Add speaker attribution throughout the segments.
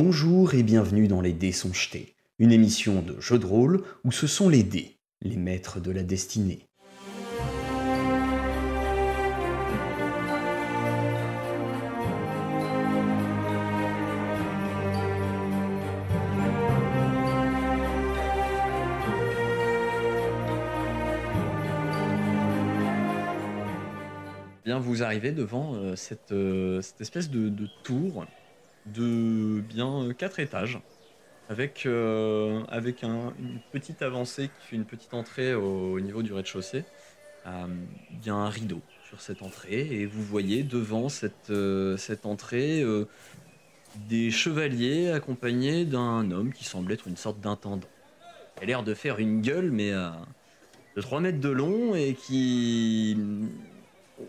Speaker 1: Bonjour et bienvenue dans Les Dés sont jetés, une émission de jeu de rôle où ce sont les dés, les maîtres de la destinée. Bien, vous arrivez devant euh, cette, euh, cette espèce de, de tour de bien euh, quatre étages, avec, euh, avec un- une petite avancée qui fait une petite entrée au, au niveau du rez-de-chaussée. Euh, Il y a un rideau sur cette entrée, et vous voyez devant cette, euh, cette entrée euh, des chevaliers accompagnés d'un homme qui semble être une sorte d'intendant. Il a l'air de faire une gueule, mais euh, de 3 mètres de long, et qui...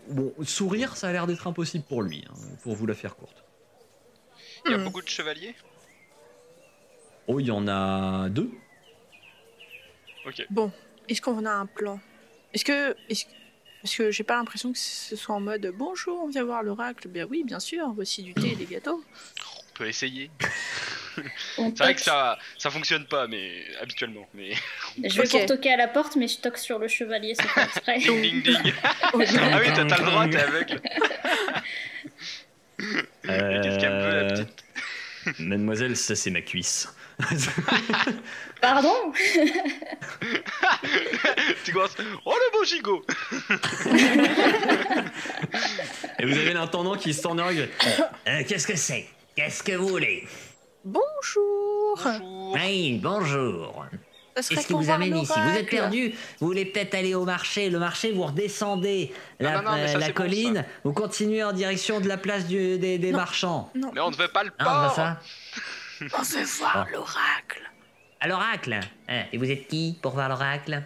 Speaker 1: Bon, sourire, ça a l'air d'être impossible pour lui, hein, pour vous la faire courte.
Speaker 2: Il y a
Speaker 3: Hmm.
Speaker 2: beaucoup de chevaliers
Speaker 1: Oh, il y en a deux.
Speaker 3: Bon, est-ce qu'on a un plan Est-ce que. Est-ce... que- Parce que j'ai pas l'impression que ce soit en mode bonjour, on vient voir l'oracle. Bien oui, bien sûr, voici du thé et des gâteaux.
Speaker 2: On peut essayer.
Speaker 4: On
Speaker 2: C'est vrai
Speaker 4: toque.
Speaker 2: que ça, ça fonctionne pas, mais habituellement. Mais
Speaker 4: Je vais
Speaker 3: Ok.
Speaker 4: pour toquer à la porte, mais je toque sur le chevalier sans faire exprès.
Speaker 2: ding ding ding. ah oui, t'as t'as le droit, t'es aveugle. Mais Qu'est-ce qu'elle veut,
Speaker 5: Euh,
Speaker 2: la petite
Speaker 1: Mademoiselle, ça c'est ma cuisse.
Speaker 4: Pardon
Speaker 2: Tu commences. Oh le beau gigot
Speaker 1: Et vous avez l'intendant qui s'enorgue.
Speaker 5: Euh, qu'est-ce que c'est Qu'est-ce que vous voulez
Speaker 3: Bonjour
Speaker 2: Bonjour
Speaker 5: Oui, bonjour.
Speaker 3: Ça serait
Speaker 5: Qu'est-ce qui
Speaker 3: pour
Speaker 5: vous
Speaker 3: voir
Speaker 5: amène ici Vous êtes
Speaker 3: l'oracle.
Speaker 5: perdu Vous voulez peut-être aller au marché. Le marché, vous redescendez la,
Speaker 2: Ah, bah non, non, mais ça,
Speaker 5: euh,
Speaker 2: c'est
Speaker 5: la
Speaker 2: bon,
Speaker 5: colline. vous continuez en direction de la place du- des, des
Speaker 3: Non.
Speaker 5: marchands.
Speaker 3: Non,
Speaker 2: Mais on ne veut pas le
Speaker 5: Hein, on va
Speaker 2: porc
Speaker 5: ça
Speaker 3: on veut
Speaker 5: Ah.
Speaker 3: voir l'oracle.
Speaker 5: À l'oracle. Hein, et vous êtes qui pour voir l'oracle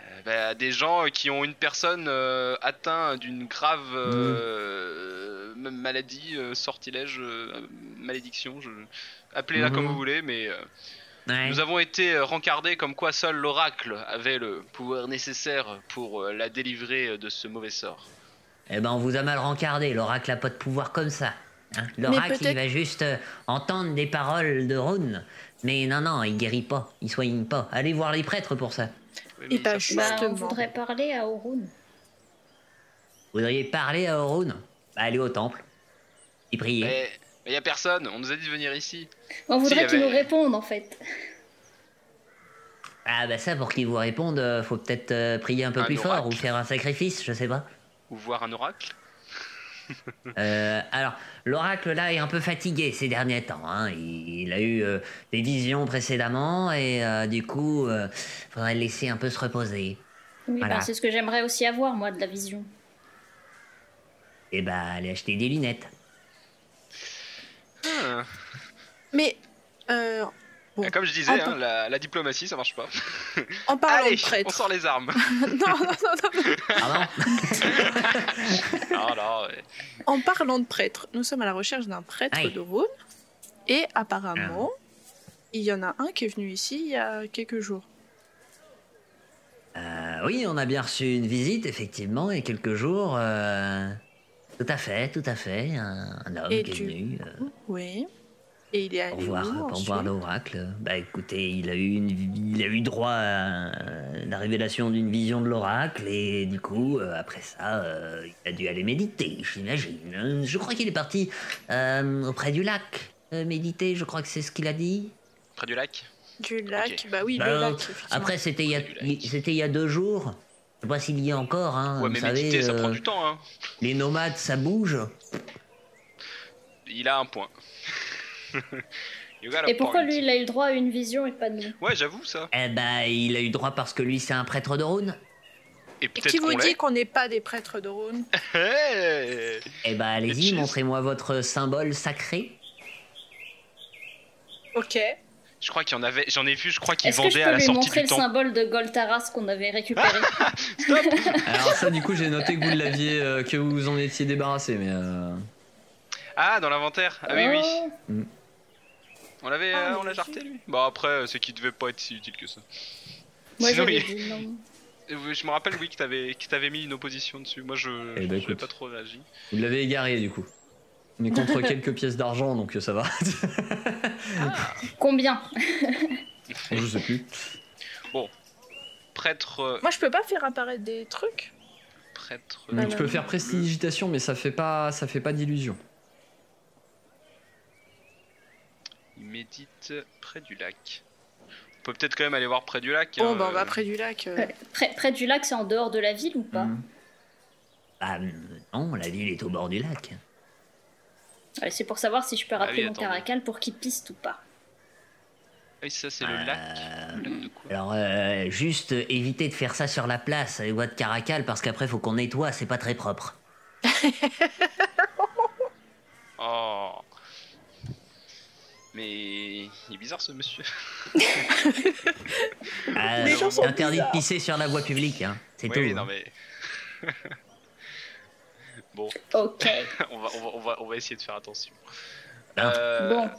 Speaker 2: Euh, bah, Des gens qui ont une personne euh, atteinte d'une grave euh,
Speaker 5: Mm.
Speaker 2: m- maladie, euh, sortilège, euh, malédiction. Je... Appelez-la
Speaker 5: Mhm.
Speaker 2: comme vous voulez, mais euh,
Speaker 5: Ouais.
Speaker 2: Nous avons été euh, rencardés comme quoi seul l'oracle avait le pouvoir nécessaire pour euh, la délivrer euh, de ce mauvais sort.
Speaker 5: Eh ben, on vous a mal rencardé. L'oracle a pas de pouvoir comme ça. hein. L'oracle, il
Speaker 3: peut-être-
Speaker 5: va juste euh, entendre des paroles de Rune. Mais non, non, il guérit pas. Il soigne pas. Allez voir les prêtres pour ça.
Speaker 2: Oui,
Speaker 3: Et
Speaker 2: mais
Speaker 3: bah,
Speaker 2: ça-
Speaker 4: Bah, on
Speaker 3: Justement.
Speaker 4: voudrait parler à Orun.
Speaker 5: Vous devriez parler à Orun. Bah, allez au temple. Et prier.
Speaker 2: Mais il y a personne, on nous a dit de venir ici.
Speaker 4: On voudrait
Speaker 2: Si,
Speaker 4: qu'il
Speaker 2: mais-
Speaker 4: nous réponde en fait.
Speaker 5: Ah bah ça, pour qu'ils vous répondent, euh, faut peut-être euh, prier un peu
Speaker 2: Un
Speaker 5: plus fort
Speaker 2: oracle.
Speaker 5: ou faire un sacrifice, je sais pas.
Speaker 2: Ou voir un oracle Hum.
Speaker 5: Euh, alors, l'oracle là est un peu fatigué ces derniers temps. hein. Il, il a eu euh, des visions précédemment et euh, du coup, euh, faudrait le laisser un peu se reposer.
Speaker 4: Oui,
Speaker 5: Voilà.
Speaker 4: bah, c'est ce que j'aimerais aussi avoir moi de la vision.
Speaker 5: Et bah, allez acheter des lunettes.
Speaker 2: Ah.
Speaker 3: Mais euh, Bon.
Speaker 2: Comme je disais,
Speaker 3: Attends.
Speaker 2: hein, la, la diplomatie ça marche pas.
Speaker 3: en parlant
Speaker 2: Allez,
Speaker 3: de
Speaker 2: on
Speaker 3: prêtre.
Speaker 2: sort les armes.
Speaker 3: non, non, non, non.
Speaker 5: Ah non
Speaker 2: Ah, là, ouais.
Speaker 3: En parlant de prêtre, nous sommes à la recherche d'un prêtre
Speaker 5: Aïe. Ah.
Speaker 3: de Rhône. Et apparemment, il y en a un qui est venu ici il y a quelques jours.
Speaker 5: Euh, Oui, on a bien reçu une visite, effectivement, il y a quelques jours. euh, Tout à fait, tout à fait. Un, un homme
Speaker 3: Et
Speaker 5: qui
Speaker 3: tu-
Speaker 5: est venu. euh,
Speaker 3: Oui. Et il est
Speaker 5: Pour
Speaker 3: allé
Speaker 5: voir,
Speaker 3: où
Speaker 5: pour
Speaker 3: ensuite
Speaker 5: voir l'oracle, bah écoutez, il a eu, une, il a eu droit à euh, la révélation d'une vision de l'oracle, et du coup, euh, après ça, euh, il a dû aller méditer, j'imagine. Euh, Je crois qu'il est parti euh, auprès du lac euh, méditer, je crois que c'est ce qu'il a dit.
Speaker 2: Près du lac
Speaker 3: Du lac,
Speaker 2: Ok.
Speaker 3: bah oui,
Speaker 5: Bah,
Speaker 3: le
Speaker 5: euh,
Speaker 3: lac. effectivement.
Speaker 5: Après, c'était il, y a-
Speaker 2: Auprès du lac.
Speaker 5: c'était il y a deux jours. Je sais pas s'il y est encore, hein.
Speaker 2: Ouais,
Speaker 5: vous
Speaker 2: mais
Speaker 5: savez,
Speaker 2: méditer ça
Speaker 5: euh,
Speaker 2: prend du temps. Hein.
Speaker 5: les nomades, ça bouge.
Speaker 2: Il a un point. You got a
Speaker 4: Et pourquoi
Speaker 2: point.
Speaker 4: lui il a eu le droit à une vision et pas nous
Speaker 2: Ouais, j'avoue ça.
Speaker 5: Eh bah, il a eu droit parce que lui, c'est un prêtre de Rhône.
Speaker 2: Et
Speaker 3: Et
Speaker 2: peut-être
Speaker 3: qui vous
Speaker 2: qu'on
Speaker 3: dit
Speaker 2: l'est.
Speaker 3: qu'on n'est pas des prêtres de Rhône
Speaker 2: Hey
Speaker 5: Eh bah, allez-y,
Speaker 2: Cheese.
Speaker 5: montrez-moi votre symbole sacré.
Speaker 3: Ok.
Speaker 2: je crois qu'il y en avait, j'en ai vu, je crois qu'il
Speaker 4: Est-ce que je
Speaker 2: vendait à
Speaker 4: peux
Speaker 2: la
Speaker 4: lui
Speaker 2: sortie du
Speaker 4: montrer
Speaker 2: Ah,
Speaker 4: le
Speaker 2: temps.
Speaker 4: symbole de Goltaras qu'on avait récupéré
Speaker 1: Alors ça, du coup, j'ai noté que vous l'aviez, euh, que vous vous en étiez débarrassé, mais euh,
Speaker 2: Ah, dans l'inventaire. Ah oui, oui.
Speaker 4: Oh,
Speaker 2: On l'avait,
Speaker 3: Ah,
Speaker 2: euh,
Speaker 3: mais
Speaker 2: on l'a
Speaker 3: bien sûr.
Speaker 2: jarté lui. Bah après, euh, c'est qu'il devait pas être si utile que ça.
Speaker 4: Moi
Speaker 2: Sinon,
Speaker 4: j'avais
Speaker 2: il-
Speaker 4: dit non.
Speaker 2: Euh, Je me rappelle oui que t'avais, que t'avais mis une opposition dessus. Moi je,
Speaker 1: Eh
Speaker 2: je
Speaker 1: bah,
Speaker 2: j'avais
Speaker 1: écoute.
Speaker 2: pas trop réagi.
Speaker 1: vous l'avez égaré, du coup. Mais contre quelques pièces d'argent, donc euh, ça va.
Speaker 4: Combien
Speaker 1: je sais plus.
Speaker 2: Prêtre. euh,
Speaker 3: Moi, je peux pas faire apparaître des trucs.
Speaker 2: prêtre. euh,
Speaker 1: Mais tu peux
Speaker 3: non.
Speaker 1: faire prestidigitation, mais ça fait pas, ça fait pas d'illusion.
Speaker 2: Il médite près du lac. On peut peut-être quand même aller voir près du lac.
Speaker 3: Bon,
Speaker 2: hein,
Speaker 3: bah, on va
Speaker 2: euh,
Speaker 3: près du lac. euh.
Speaker 4: Ouais. près, près du lac, c'est en dehors de la ville ou pas
Speaker 1: Mhm.
Speaker 5: Ah non, la ville est au bord du lac.
Speaker 4: Ouais, C'est pour savoir si je peux
Speaker 2: Ah oui,
Speaker 4: rappeler mon
Speaker 2: attendez.
Speaker 4: caracal pour qu'il piste ou pas.
Speaker 2: Ah oui, ça, c'est le lac.
Speaker 5: Euh,
Speaker 2: Le lac de quoi
Speaker 5: Alors, euh, juste euh, évitez de faire ça sur la place, les voies de Caracal, parce qu'après, faut qu'on nettoie, c'est pas très propre.
Speaker 1: Euh.
Speaker 2: Oh. Mais il est bizarre ce monsieur.
Speaker 5: Ah,
Speaker 3: Les gens sont
Speaker 5: interdit
Speaker 3: bizarres.
Speaker 5: de pisser sur la voie publique, hein. c'est
Speaker 2: Oui,
Speaker 5: tout.
Speaker 2: oui,
Speaker 5: hein.
Speaker 2: non mais. bon,
Speaker 4: Ok.
Speaker 2: on va, on, va, on, va, on va essayer de faire attention.
Speaker 5: Ah.
Speaker 2: Euh,
Speaker 4: Bon.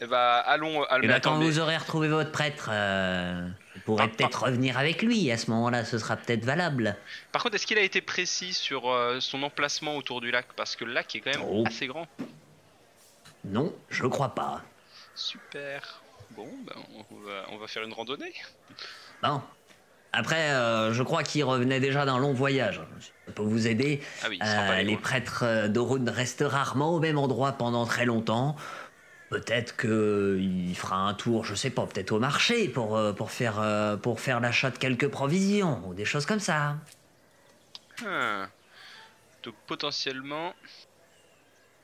Speaker 2: eh bah, allons. euh,
Speaker 5: Et
Speaker 2: allons
Speaker 5: bah, quand
Speaker 2: attendez.
Speaker 5: vous aurez retrouvé votre prêtre, euh, vous pourrez
Speaker 2: Ah, ah.
Speaker 5: peut-être revenir avec lui, à ce moment-là, ce sera peut-être valable.
Speaker 2: Par contre, est-ce qu'il a été précis sur euh, son emplacement autour du lac Parce que le lac est quand même
Speaker 5: Oh.
Speaker 2: assez grand.
Speaker 5: Non, je crois pas.
Speaker 2: Super. Bon, bah, on, va, on va faire une randonnée.
Speaker 5: Bon. Après, euh, je crois qu'il revenait déjà d'un long voyage. Ça peut vous aider.
Speaker 2: Ah oui, il sera
Speaker 5: Euh,
Speaker 2: pas allé
Speaker 5: les
Speaker 2: loin.
Speaker 5: prêtres euh, d'Orun restent rarement au même endroit pendant très longtemps. Peut-être qu'il fera un tour, je sais pas, peut-être au marché pour, euh, pour faire, euh, pour faire l'achat de quelques provisions ou des choses comme ça.
Speaker 2: Ah. Donc potentiellement.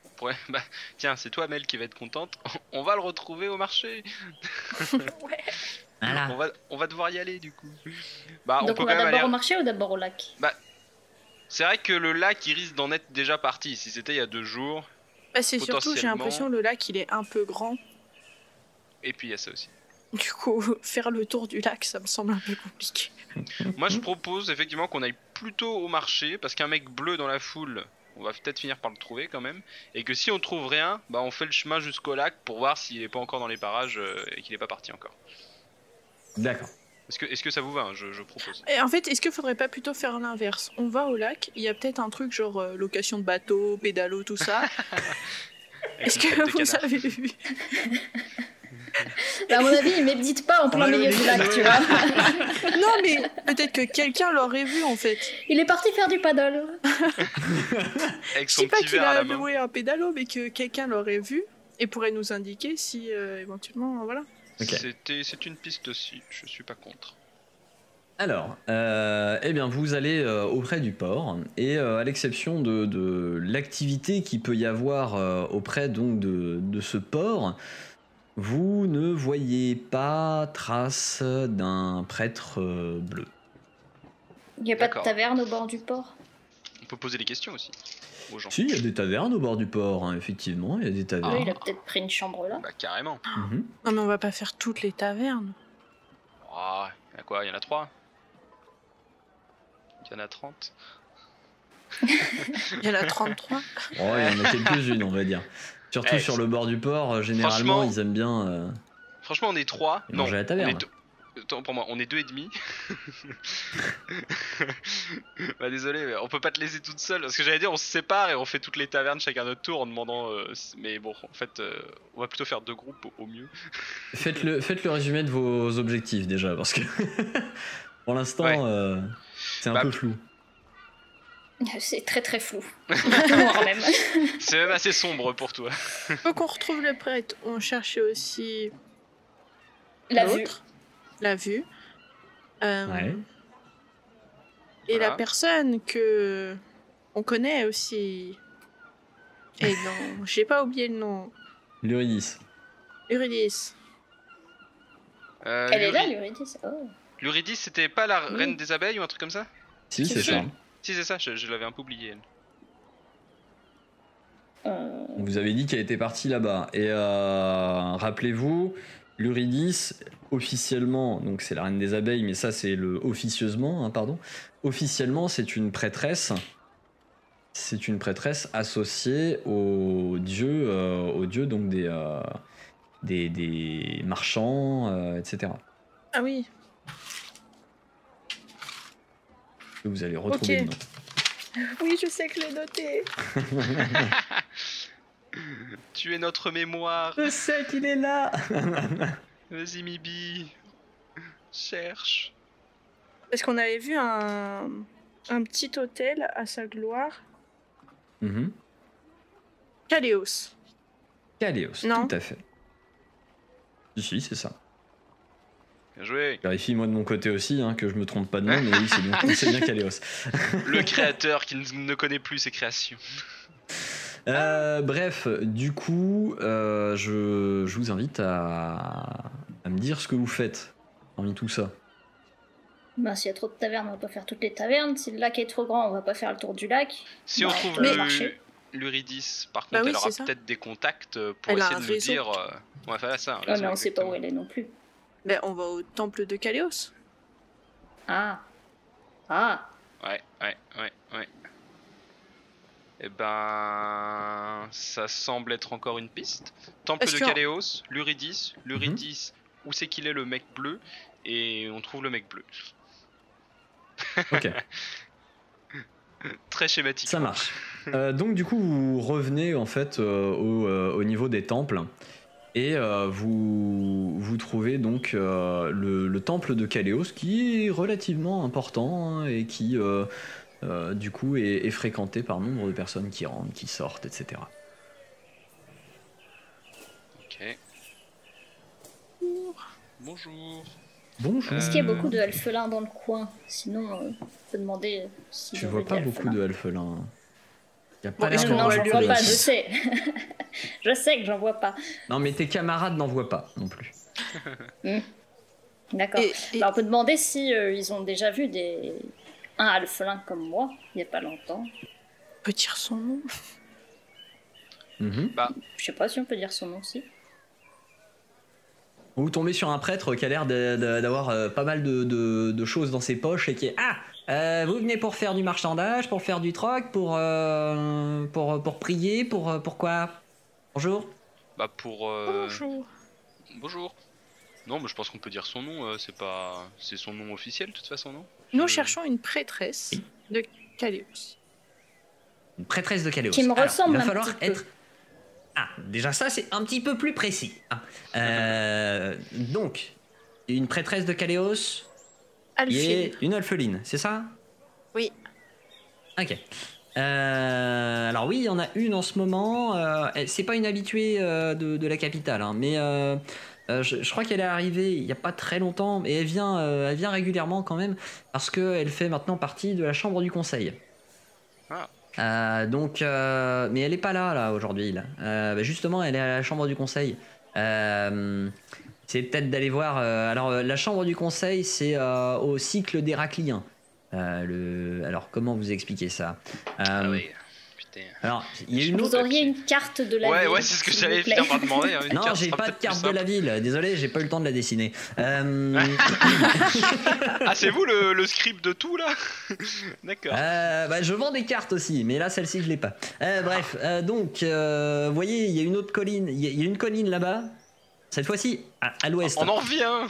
Speaker 2: on pourrait- bah, tiens, c'est toi, Mel, qui va être contente. On va le retrouver au marché.
Speaker 5: Voilà.
Speaker 2: On, va, on va devoir y aller du coup. Bah, on
Speaker 4: Donc
Speaker 2: peut
Speaker 4: on
Speaker 2: quand
Speaker 4: va
Speaker 2: même
Speaker 4: d'abord
Speaker 2: aller.
Speaker 4: au marché ou d'abord au lac
Speaker 2: C'est vrai que le lac, il risque d'en être déjà parti. Si c'était il y a deux jours.
Speaker 3: Bah, c'est surtout, j'ai
Speaker 2: potentiellement-
Speaker 3: l'impression le lac, il est un peu grand.
Speaker 2: Et puis il y a ça aussi.
Speaker 3: Du coup, faire le tour du lac, ça me semble un peu compliqué.
Speaker 2: Moi,
Speaker 1: Hmm.
Speaker 2: je propose effectivement qu'on aille plutôt au marché parce qu'un mec bleu dans la foule. On va peut-être finir par le trouver quand même. Et que si on trouve rien, bah on fait le chemin jusqu'au lac pour voir s'il est pas encore dans les parages euh, et qu'il est pas parti encore.
Speaker 1: D'accord.
Speaker 2: Est-ce que, est-ce que ça vous va hein je, je propose.
Speaker 3: Et en fait, est-ce qu'il faudrait pas plutôt faire l'inverse On va au lac, il y a peut-être un truc genre euh, location de bateau, pédalo, tout ça.
Speaker 2: Avec
Speaker 3: est-ce
Speaker 2: une tête
Speaker 3: que
Speaker 2: de
Speaker 3: vous
Speaker 2: canard.
Speaker 3: avez vu
Speaker 4: Bah, À mon avis, il médite pas en plein
Speaker 1: va
Speaker 4: milieu
Speaker 1: le
Speaker 4: du lac,
Speaker 1: lac,
Speaker 4: tu vois.
Speaker 3: Non, mais peut-être que quelqu'un l'aurait vu en fait.
Speaker 4: Il est parti faire du paddle.
Speaker 2: Avec
Speaker 3: Je
Speaker 2: son
Speaker 3: sais pas
Speaker 2: petit
Speaker 3: qu'il
Speaker 2: verre à
Speaker 3: a
Speaker 2: la main.
Speaker 3: loué un pédalo, mais que quelqu'un l'aurait vu et pourrait nous indiquer si euh, éventuellement, voilà.
Speaker 1: Ok.
Speaker 2: C'était- C'est une piste aussi, je suis pas contre.
Speaker 1: Alors, euh, eh bien, vous allez euh, auprès du port et euh, à l'exception de, de l'activité qui peut y avoir euh, auprès donc de, de ce port, vous ne voyez pas trace d'un prêtre euh, bleu.
Speaker 4: Il n'y a pas de
Speaker 2: D'accord.
Speaker 4: taverne au bord du port.
Speaker 2: On peut poser des questions aussi aux gens.
Speaker 1: Si, il y a des tavernes au bord du port, hein, effectivement, il y a des
Speaker 2: Ah.
Speaker 4: Oui,
Speaker 1: tavernes.
Speaker 4: il a peut-être pris une chambre là.
Speaker 2: Bah carrément.
Speaker 1: Mhm.
Speaker 3: Non, mais on va pas faire toutes les tavernes.
Speaker 2: Ah, il y en a quoi Il y en a 3 Il y en a 30
Speaker 3: Il y en a 33.
Speaker 1: Oh, il y en a quelques-unes, on va dire. Surtout
Speaker 2: Ah. Eh,
Speaker 1: sur le bord du port, euh, généralement,
Speaker 2: franchement-
Speaker 1: ils aiment bien euh,
Speaker 2: Franchement, on est 3. Non,
Speaker 1: manger à la
Speaker 2: on
Speaker 1: taverne.
Speaker 2: est deux. Attends, pour moi, on est deux et demi. bah désolé, mais on peut pas te laisser toute seule. Parce que j'allais dire, on se sépare et on fait toutes les tavernes chacun notre tour en demandant. euh, si- mais bon, en fait, euh, on va plutôt faire deux groupes au, au mieux.
Speaker 1: Faites le, faites le résumé de vos objectifs déjà, parce que pour l'instant,
Speaker 2: Ouais.
Speaker 1: euh, c'est un
Speaker 2: Bah,
Speaker 1: peu flou.
Speaker 4: C'est très très flou. Noir même.
Speaker 2: C'est même assez sombre pour toi.
Speaker 3: Faut qu'on retrouve le prêtre. On cherchait aussi
Speaker 4: La vue.
Speaker 3: l'autre. La vue. Euh,
Speaker 1: Ouais.
Speaker 3: Et
Speaker 2: Voilà.
Speaker 3: la personne que on connaît aussi. Et non, j'ai pas oublié le nom.
Speaker 1: L'Uridis.
Speaker 3: Eurydice.
Speaker 2: Euh,
Speaker 4: Elle est là,
Speaker 2: Luri-
Speaker 4: l'Eurydice. Oh.
Speaker 2: L'Eurydice, c'était pas la
Speaker 4: Oui.
Speaker 2: reine des abeilles ou un truc comme ça
Speaker 1: Si,
Speaker 4: Si,
Speaker 1: c'est
Speaker 4: si.
Speaker 1: ça.
Speaker 2: Si, c'est ça, je, je l'avais un peu oublié. elle.
Speaker 4: Euh,
Speaker 1: On vous avait dit qu'elle était partie là-bas. Et euh, rappelez-vous, l'Uridis, officiellement, donc c'est la reine des abeilles, mais ça c'est le officieusement, hein, pardon. Officiellement, c'est une prêtresse. C'est une prêtresse associée au dieu, euh, au dieu donc des, euh, des, des marchands, euh, etc.
Speaker 3: Ah oui.
Speaker 1: que vous allez retrouver
Speaker 3: Ok.
Speaker 1: le nom.
Speaker 3: Oui, je sais que je l'ai noté.
Speaker 2: Tu es notre mémoire.
Speaker 5: Je sais qu'il est là
Speaker 2: Vas-y, Mibi. Cherche.
Speaker 3: Parce qu'on avait vu un, un petit hôtel à sa gloire.
Speaker 1: Mhm.
Speaker 3: Caléos.
Speaker 1: Caléos,
Speaker 3: Non.
Speaker 1: tout à fait. Si, si, c'est ça.
Speaker 2: Bien joué.
Speaker 1: Vérifie-moi de mon côté aussi, hein, que je me trompe pas de nom, mais oui, c'est bien, c'est bien Caléos.
Speaker 2: Le créateur qui n- ne connaît plus ses créations.
Speaker 1: Euh, bref, du coup, euh, je, je vous invite à, à me dire ce que vous faites parmi tout ça.
Speaker 4: Ben, s'il y a trop de tavernes, on va pas faire toutes les tavernes. Si le lac est trop grand, on va pas faire le tour du lac.
Speaker 2: Si on
Speaker 4: Ouais,
Speaker 2: trouve
Speaker 4: mais-
Speaker 2: le- l'Uridis, par contre,
Speaker 3: Bah oui,
Speaker 2: elle aura
Speaker 3: c'est ça.
Speaker 2: peut-être des contacts euh, pour
Speaker 3: Elle a
Speaker 2: essayer
Speaker 3: un
Speaker 2: de nous
Speaker 3: réseau.
Speaker 2: dire. euh, On va faire ça. un
Speaker 4: Ouais,
Speaker 2: réseau,
Speaker 4: Ah, mais on sait pas
Speaker 2: exactement.
Speaker 4: où elle est non plus.
Speaker 3: Ben, on va au temple de Caléos.
Speaker 4: Ah. Ah.
Speaker 2: Ouais, ouais, ouais, ouais. Eh ben, ça semble être encore une piste. Temple
Speaker 3: Est-ce
Speaker 2: de
Speaker 3: qu'on-
Speaker 2: Caléos, l'Uridis, l'Uridis,
Speaker 1: Mhm.
Speaker 2: où c'est qu'il est le mec bleu, et on trouve le mec bleu.
Speaker 1: Ok.
Speaker 2: Très schématique.
Speaker 1: Ça marche. Euh, donc du coup, vous revenez en fait euh, au, euh, au niveau des temples et euh, vous, vous trouvez donc euh, le, le temple de Caléos qui est relativement important hein, et qui euh, euh, du coup est, est fréquenté par nombre de personnes qui rentrent, qui sortent, etc.
Speaker 2: Ok. Bonjour.
Speaker 1: Bonjour.
Speaker 4: Est-ce qu'il y a beaucoup de
Speaker 1: Euh.
Speaker 4: alphelins dans le coin Sinon, euh, faut demander euh, si
Speaker 1: Tu vois pas beaucoup de hein. alphelins. Y a pas
Speaker 3: Bon, est-ce
Speaker 1: l'air
Speaker 3: qu'on
Speaker 4: Non,
Speaker 1: d'en
Speaker 3: va
Speaker 4: j'en
Speaker 3: lui
Speaker 1: voir
Speaker 4: vois pas, je
Speaker 1: beaucoup.
Speaker 4: sais. je sais que j'en vois pas.
Speaker 1: Non mais tes camarades n'en voient pas non plus.
Speaker 4: D'accord.
Speaker 3: Et- et-
Speaker 4: Bah, on peut demander si euh, ils ont déjà vu des un alphelin comme moi il y a pas longtemps.
Speaker 3: on peut dire son nom.
Speaker 1: Mhm.
Speaker 4: Je sais pas si on peut dire son nom aussi.
Speaker 1: Ou tomber sur un prêtre qui a l'air de- de- d'avoir euh, pas mal de, de- de choses dans ses poches et qui est Ah euh, Vous venez pour faire du marchandage, pour faire du troc, pour, euh, pour, pour prier, pour, euh, pour quoi Bonjour
Speaker 2: Bah pour. euh,
Speaker 3: Bonjour.
Speaker 2: Bonjour. Non, mais je pense qu'on peut dire son nom. euh, c'est pas, c'est son nom officiel de toute façon, non
Speaker 3: Nous
Speaker 2: Je-
Speaker 3: cherchons une prêtresse de Caléos.
Speaker 5: Une prêtresse de Caléos.
Speaker 4: Qui me ressemble
Speaker 5: Il va
Speaker 4: un
Speaker 5: falloir
Speaker 4: petit peu.
Speaker 5: être. Ah, déjà ça, c'est un petit peu plus précis. hein. Euh, donc, une prêtresse de Caléos qui
Speaker 3: Alphine.
Speaker 5: est une alpheline, c'est ça
Speaker 3: Oui.
Speaker 5: Ok. Euh, alors oui, il y en a une en ce moment. euh, elle- c'est pas une habituée euh, de, de la capitale, hein, mais euh, euh, je, je crois qu'elle est arrivée il y a pas très longtemps et elle vient, euh, elle vient régulièrement quand même parce qu'elle fait maintenant partie de la chambre du conseil.
Speaker 2: Ah.
Speaker 5: Euh, donc, euh, mais elle est pas là là aujourd'hui. Là. Euh, bah, justement, elle est à la chambre du conseil. Euh, c'est peut-être d'aller voir. euh, alors, euh, la chambre du conseil, c'est euh, au cycle d'Héraclien. Euh, le... Alors, comment vous expliquer ça Euh,
Speaker 2: Ah ouais. Putain.
Speaker 5: Alors, il y a une
Speaker 4: Vous
Speaker 5: autre.
Speaker 4: auriez une carte de la
Speaker 2: ouais,
Speaker 4: ville,
Speaker 2: ouais, c'est ce que
Speaker 4: s'il
Speaker 2: j'allais
Speaker 4: vous plaît.
Speaker 2: finir par demander. hein, une
Speaker 5: Non,
Speaker 2: carte
Speaker 5: j'ai
Speaker 2: sera
Speaker 5: pas de
Speaker 2: peut-être plus
Speaker 5: carte de la
Speaker 2: simple.
Speaker 5: ville. Désolé, j'ai pas eu le temps de la dessiner. Euh,
Speaker 2: Ah, c'est vous le, le script de tout là D'accord.
Speaker 5: Euh, bah, je vends des cartes aussi, mais là celle-ci je l'ai pas. Euh, bref,
Speaker 2: Ah.
Speaker 5: euh, donc euh, vous voyez, il y a une autre colline, il y, a- il y a une colline là-bas. Cette fois-ci, à, à l'ouest.
Speaker 2: Ah, On en revient. hein.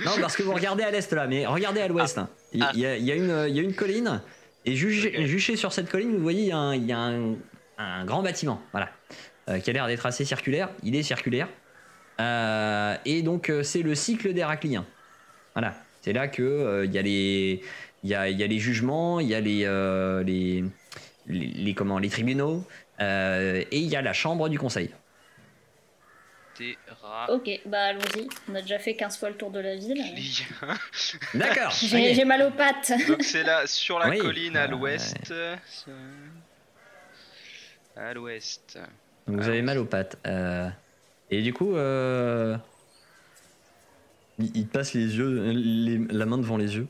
Speaker 5: Non, parce que vous regardez à l'est là, mais regardez à l'ouest. hein. Il il y, a- il y a une- il y a une colline, et jugé-
Speaker 2: Ok.
Speaker 5: juché sur cette colline, vous voyez, il y a un, il y a un- un grand bâtiment, voilà, euh, qui a l'air d'être assez circulaire. Il est circulaire. Euh, et donc, euh, c'est le cycle d'Héraclien. Voilà. C'est là que euh, il y, a les- il y, a, il y a les jugements, il y a les, euh, les, les, les- comment, les tribunaux, euh, et il y a la chambre du conseil.
Speaker 2: Terra.
Speaker 4: Ok, bah allons-y. On a déjà fait 15 fois le tour de la ville.
Speaker 5: D'accord.
Speaker 4: J'ai
Speaker 5: ok.
Speaker 4: j'ai mal aux pattes.
Speaker 2: Donc c'est là, sur la
Speaker 5: Oui.
Speaker 2: colline à
Speaker 5: Euh,
Speaker 2: l'ouest. Euh, À l'ouest.
Speaker 5: Donc vous avez mal aux pattes. Euh, et du coup, euh,
Speaker 1: Il, il te passe les yeux, les- la main devant les yeux.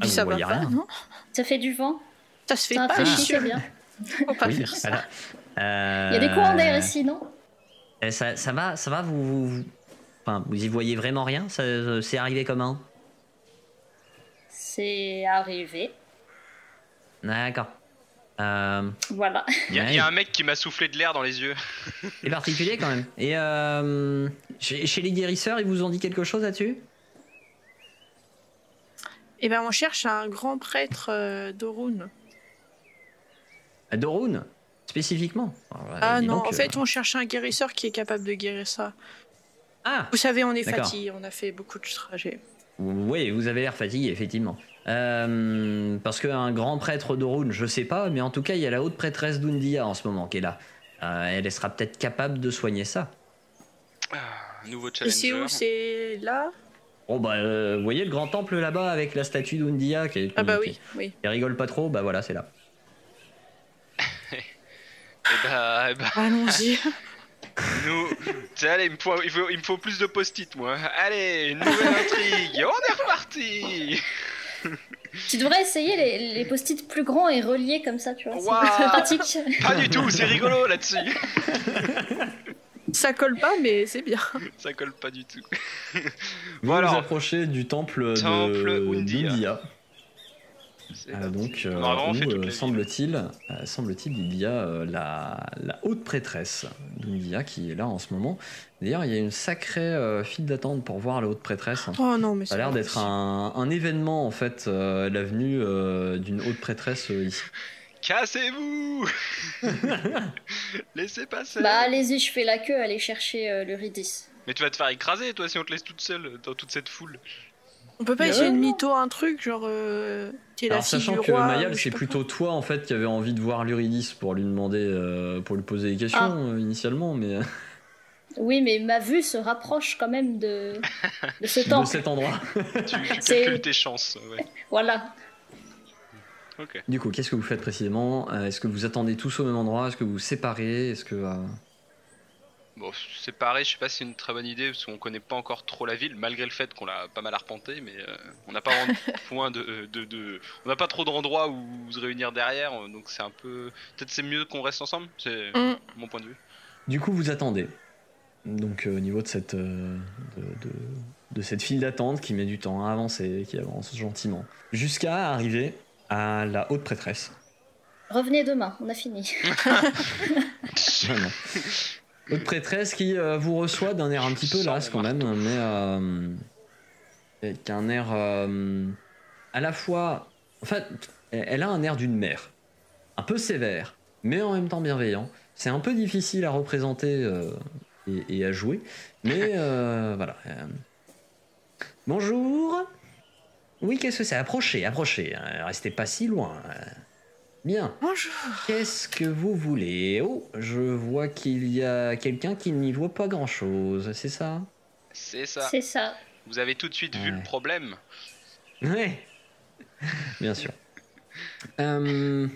Speaker 5: Ah,
Speaker 3: ça
Speaker 5: vous
Speaker 3: va
Speaker 5: voyez
Speaker 3: pas,
Speaker 5: rien.
Speaker 3: non
Speaker 4: Ça fait du vent.
Speaker 3: Ça se fait
Speaker 4: Ça
Speaker 3: pas,
Speaker 4: rafraîchit,
Speaker 3: monsieur.
Speaker 4: c'est bien.
Speaker 3: Faut pas
Speaker 5: oui,
Speaker 3: faire ça.
Speaker 5: voilà. Euh,
Speaker 4: Il y a des courants d'air ici, non
Speaker 5: euh, Ça, ça va, ça va. Vous, vous, vous- enfin, vous y voyez vraiment rien. Ça, euh, c'est arrivé comment
Speaker 4: C'est arrivé.
Speaker 5: D'accord. Euh,
Speaker 4: Voilà.
Speaker 2: Il y, a-
Speaker 5: ouais,
Speaker 2: il y a un mec qui m'a soufflé de l'air dans les yeux.
Speaker 5: C'est particulier quand même. Et euh, chez, chez les guérisseurs, ils vous ont dit quelque chose là-dessus
Speaker 3: Eh ben, on cherche un grand prêtre euh, d'Orun.
Speaker 5: Dorun
Speaker 1: Spécifiquement Alors, euh,
Speaker 3: Ah
Speaker 1: dis
Speaker 3: non,
Speaker 1: donc,
Speaker 3: en
Speaker 1: euh,
Speaker 3: fait, on cherche un guérisseur qui est capable de guérir ça.
Speaker 1: Ah
Speaker 3: Vous savez, on est
Speaker 1: D'accord.
Speaker 3: fatigué, on a fait beaucoup de trajets.
Speaker 1: Oui, vous avez l'air fatigué, effectivement. Euh, parce qu'un grand prêtre d'Orun, je sais pas, mais en tout cas, il y a la haute prêtresse d'Undia en ce moment qui est là. Euh, elle sera peut-être capable de soigner ça.
Speaker 2: Ah, nouveau
Speaker 3: Et
Speaker 2: challenge.
Speaker 3: c'est où C'est là
Speaker 1: Bon, bah, euh, vous voyez le grand temple là-bas avec la statue d'Undia qui est.
Speaker 3: Ah bah
Speaker 1: qui-
Speaker 3: oui, oui.
Speaker 1: qui rigole pas trop, bah voilà, c'est là.
Speaker 2: Eh bah, eh bah,
Speaker 3: Allons-y.
Speaker 2: nous. Tiens, Allez, il me faut, il faut- il me faut plus de post-it, moi. Allez, nouvelle intrigue. On est reparti.
Speaker 4: Tu devrais essayer les, les post-it plus grands et reliés comme ça, tu vois.
Speaker 2: Waouh.
Speaker 4: C'est pratique.
Speaker 2: Pas du tout, c'est rigolo là-dessus.
Speaker 3: ça colle pas, mais c'est bien.
Speaker 2: Ça colle pas du tout.
Speaker 5: Vous
Speaker 2: Voilà.
Speaker 5: vous approchez du temple,
Speaker 2: Temple
Speaker 5: de
Speaker 2: Undia.
Speaker 5: d'Undia.
Speaker 2: C'est
Speaker 5: Euh,
Speaker 2: parti.
Speaker 5: donc,
Speaker 2: On
Speaker 5: euh,
Speaker 2: aura vraiment fait
Speaker 5: où,
Speaker 2: toute
Speaker 5: euh,
Speaker 2: la ville.
Speaker 5: semble-t-il, euh, semble-t-il, il y a euh, la, la haute prêtresse d'Undia qui est là en ce moment. D'ailleurs, il y a une sacrée euh, file d'attente pour voir la haute
Speaker 1: hein.
Speaker 5: prêtresse.
Speaker 3: Oh non, mais
Speaker 5: Ça a l'air d'être un, un événement en fait, euh, la venue euh, d'une haute prêtresse euh, ici.
Speaker 2: Cassez-vous Laissez passer
Speaker 4: Bah allez-y, je fais la queue, aller chercher euh, le Ridis.
Speaker 2: Mais tu vas te faire écraser, toi, si on te laisse toute seule dans toute cette foule.
Speaker 3: On peut pas
Speaker 4: Mais
Speaker 3: essayer de
Speaker 4: ouais.
Speaker 3: mytho un truc, genre. Euh, t'es la
Speaker 5: Alors
Speaker 3: fille
Speaker 5: sachant
Speaker 3: du
Speaker 5: que
Speaker 3: roi,
Speaker 5: Mayal,
Speaker 3: je sais
Speaker 5: c'est
Speaker 3: pas
Speaker 5: plutôt toi en fait qui avait envie de voir l'Uridis pour lui demander, euh, pour lui poser des questions
Speaker 4: Ah.
Speaker 5: euh, initialement, mais
Speaker 4: Oui, mais ma vue se rapproche quand même de, de ce
Speaker 5: de
Speaker 4: temple.
Speaker 5: cet endroit.
Speaker 2: Tu, tu
Speaker 4: C'est-
Speaker 2: calcules tes chances. Ouais.
Speaker 4: Voilà.
Speaker 2: Ok.
Speaker 5: Du coup, qu'est-ce que vous faites précisément Euh, Est-ce que vous attendez tous au même endroit Est-ce que vous vous séparez Est-ce que euh,
Speaker 2: Bon, c'est pareil, je sais pas si c'est une très bonne idée, parce qu'on connaît pas encore trop la ville, malgré le fait qu'on l'a pas mal arpentée, mais euh, on n'a pas vraiment de point de. euh, de, de- On n'a pas trop d'endroits où se réunir derrière, euh, donc c'est un peu. Peut-être c'est mieux qu'on reste ensemble, c'est
Speaker 3: Mm.
Speaker 2: mon point de vue.
Speaker 5: Du coup, vous attendez. Donc, euh, au niveau de cette, euh, de, de- de cette file d'attente qui met du temps à avancer, qui avance gentiment, jusqu'à arriver à la haute prêtresse.
Speaker 4: Revenez demain, on a fini.
Speaker 5: Vraiment. Haute prêtresse qui euh, vous reçoit d'un air un petit peu
Speaker 2: Je sors mon
Speaker 5: las quand même, mais euh, avec un air euh, à la fois. Enfin, elle elle a un air d'une mère, un peu sévère, mais en même temps bienveillant. C'est un peu difficile à représenter euh, et, et à jouer, mais euh, voilà. euh. Bonjour. Oui, qu'est-ce que c'est Approchez, approchez. hein, Restez pas si loin. euh. Bien.
Speaker 3: Bonjour.
Speaker 5: Qu'est-ce que vous voulez Oh, je vois qu'il y a quelqu'un qui n'y voit pas grand-chose, c'est ça
Speaker 2: C'est ça.
Speaker 4: C'est ça.
Speaker 2: Vous avez tout de suite vu
Speaker 5: Ouais.
Speaker 2: le problème.
Speaker 5: Ouais Bien sûr. Euh,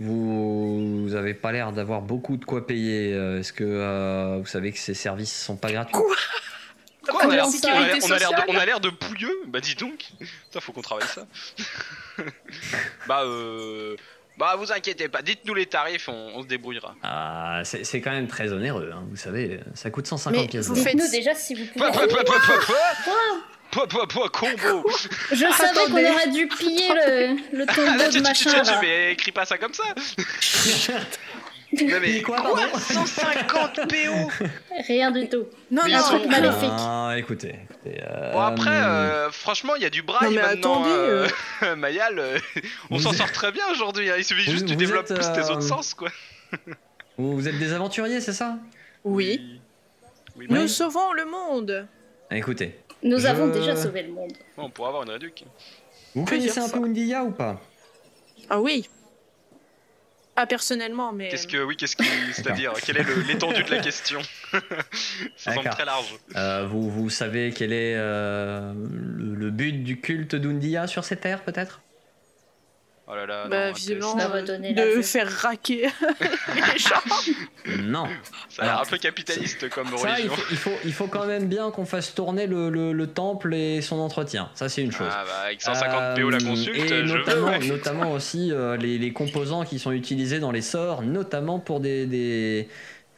Speaker 5: vous avez pas l'air d'avoir beaucoup de quoi payer. euh, Est-ce que euh, vous savez que ces services sont pas gratuits
Speaker 3: Quoi
Speaker 2: Quoi, on a l'air-
Speaker 4: la
Speaker 2: on a l'air-
Speaker 3: sécurité
Speaker 2: on a l'air de-
Speaker 3: sociale.
Speaker 2: on a l'air de pouilleux Bah dis donc Putain, faut qu'on travaille ça Bah euh... Bah vous inquiétez pas, dites-nous les tarifs, on, on se débrouillera.
Speaker 1: Ah, c'est c'est quand même très onéreux, hein, vous savez, ça coûte 150
Speaker 3: Mais
Speaker 1: pièces
Speaker 3: vous
Speaker 1: d'or.
Speaker 3: faites-
Speaker 4: Dites-nous déjà si vous pouvez.
Speaker 2: Pouah, pouah, pouah, pouah, pouah,
Speaker 4: Quoi
Speaker 2: pouah, pouah, pouah, combo
Speaker 4: Je savais qu'on
Speaker 3: Attendez.
Speaker 4: aurait dû piller le, le
Speaker 2: Ah, tu-
Speaker 4: tombeau de
Speaker 2: tu- tu-
Speaker 4: machin.
Speaker 2: tu-
Speaker 4: là.
Speaker 2: Mais écris pas ça comme ça Non mais...
Speaker 1: quoi, pardon
Speaker 2: 150 PO
Speaker 4: Rien du tout.
Speaker 3: Non, non,
Speaker 2: Mais ils
Speaker 4: Un
Speaker 2: sont
Speaker 4: truc
Speaker 2: où,
Speaker 4: maléfique.
Speaker 5: Ah, écoutez. écoutez, euh,
Speaker 2: Bon après, euh, franchement, il y a du braille
Speaker 3: Non, mais
Speaker 2: maintenant,
Speaker 3: attendez,
Speaker 2: euh, Mayal, euh, on
Speaker 5: Vous
Speaker 2: s'en
Speaker 5: êtes-
Speaker 2: sort très bien aujourd'hui, hein. il suffit
Speaker 5: Vous-
Speaker 2: juste que tu
Speaker 5: vous
Speaker 2: développes
Speaker 5: êtes,
Speaker 2: plus tes
Speaker 5: euh,
Speaker 2: autres sens, quoi.
Speaker 5: vous, vous êtes des aventuriers, c'est ça
Speaker 3: Oui.
Speaker 2: Oui, mais
Speaker 3: Nous sauvons le monde.
Speaker 5: Écoutez,
Speaker 4: Nous
Speaker 5: Je-
Speaker 4: avons déjà sauvé le monde.
Speaker 2: on pourra avoir une réduc.
Speaker 5: vous
Speaker 3: Que dire
Speaker 5: connaissez un
Speaker 3: ça
Speaker 5: peu Undia ou pas
Speaker 3: Ah oui. Ah, personnellement, mais.
Speaker 2: Qu'est-ce que oui, qu'est-ce qui, c'est-à-dire quelle est le- l'étendue de la question Ça semble
Speaker 1: D'accord.
Speaker 2: très large.
Speaker 1: Euh, vous, vous savez quel est euh, le, le but du culte d'Undia sur ces terres, peut-être
Speaker 2: Oh là là,
Speaker 3: bah,
Speaker 2: non,
Speaker 3: visiblement,
Speaker 4: ça va
Speaker 3: euh,
Speaker 4: donner la
Speaker 3: de
Speaker 4: vue.
Speaker 3: faire raquer les gens.
Speaker 1: Non.
Speaker 2: ça a l'air un
Speaker 1: Alors,
Speaker 2: peu capitaliste comme
Speaker 1: Ça, il
Speaker 2: religion.
Speaker 1: faut, il, faut, il faut quand même bien qu'on fasse tourner le, le- le temple et son entretien. Ça, c'est une chose.
Speaker 2: Ah bah avec 150 PO la
Speaker 1: Euh,
Speaker 2: consulte,
Speaker 1: Et
Speaker 2: je
Speaker 1: notamment,
Speaker 2: veux. ouais.
Speaker 1: notamment aussi euh, les, les composants qui sont utilisés dans les sorts, notamment pour des, des,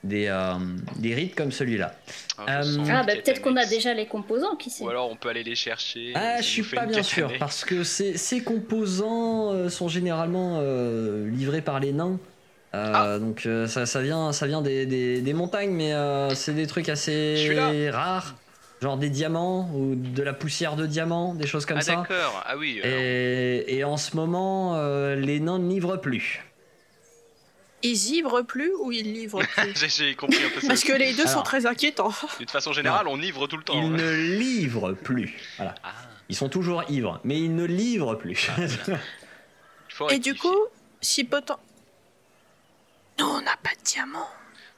Speaker 1: des, euh, des rites comme celui-là.
Speaker 2: je
Speaker 1: euh,
Speaker 2: sens
Speaker 4: Ah
Speaker 2: une
Speaker 4: bah
Speaker 2: quête
Speaker 4: peut-être qu'on a
Speaker 2: annexe.
Speaker 4: déjà les composants, qui sait.
Speaker 2: Ou alors on peut aller les chercher.
Speaker 1: Ah,
Speaker 2: ça
Speaker 1: je
Speaker 2: nous
Speaker 1: suis
Speaker 2: fait
Speaker 1: pas
Speaker 2: une
Speaker 1: bien
Speaker 2: quête
Speaker 1: sûr,
Speaker 2: annexe.
Speaker 1: parce que ces, ces composants euh, sont généralement euh, livrés par les nains. Euh,
Speaker 2: Ah.
Speaker 1: Donc euh, ça, ça vient, ça vient des, des- des montagnes, mais euh, c'est des trucs
Speaker 2: Je suis
Speaker 1: assez rares, genre des diamants ou de la poussière de diamants, des choses comme
Speaker 2: Ah
Speaker 1: ça.
Speaker 2: d'accord. Ah oui. alors.
Speaker 1: Et, et en ce moment, euh, les nains ne livrent plus.
Speaker 3: Ils ivrent plus ou ils livrent plus
Speaker 2: J'ai- J'ai compris un peu ça.
Speaker 3: Parce que les deux sont
Speaker 5: Alors.
Speaker 3: très inquiétants.
Speaker 2: De façon générale, on ivre tout le temps.
Speaker 5: Ils
Speaker 2: hein.
Speaker 5: ne livrent plus. Voilà.
Speaker 2: Ah,
Speaker 5: Ils sont toujours ivres, mais ils ne livrent plus.
Speaker 2: il faut
Speaker 3: Et du
Speaker 2: rectifier.
Speaker 3: coup, si potent... Non, on n'a pas de diamant.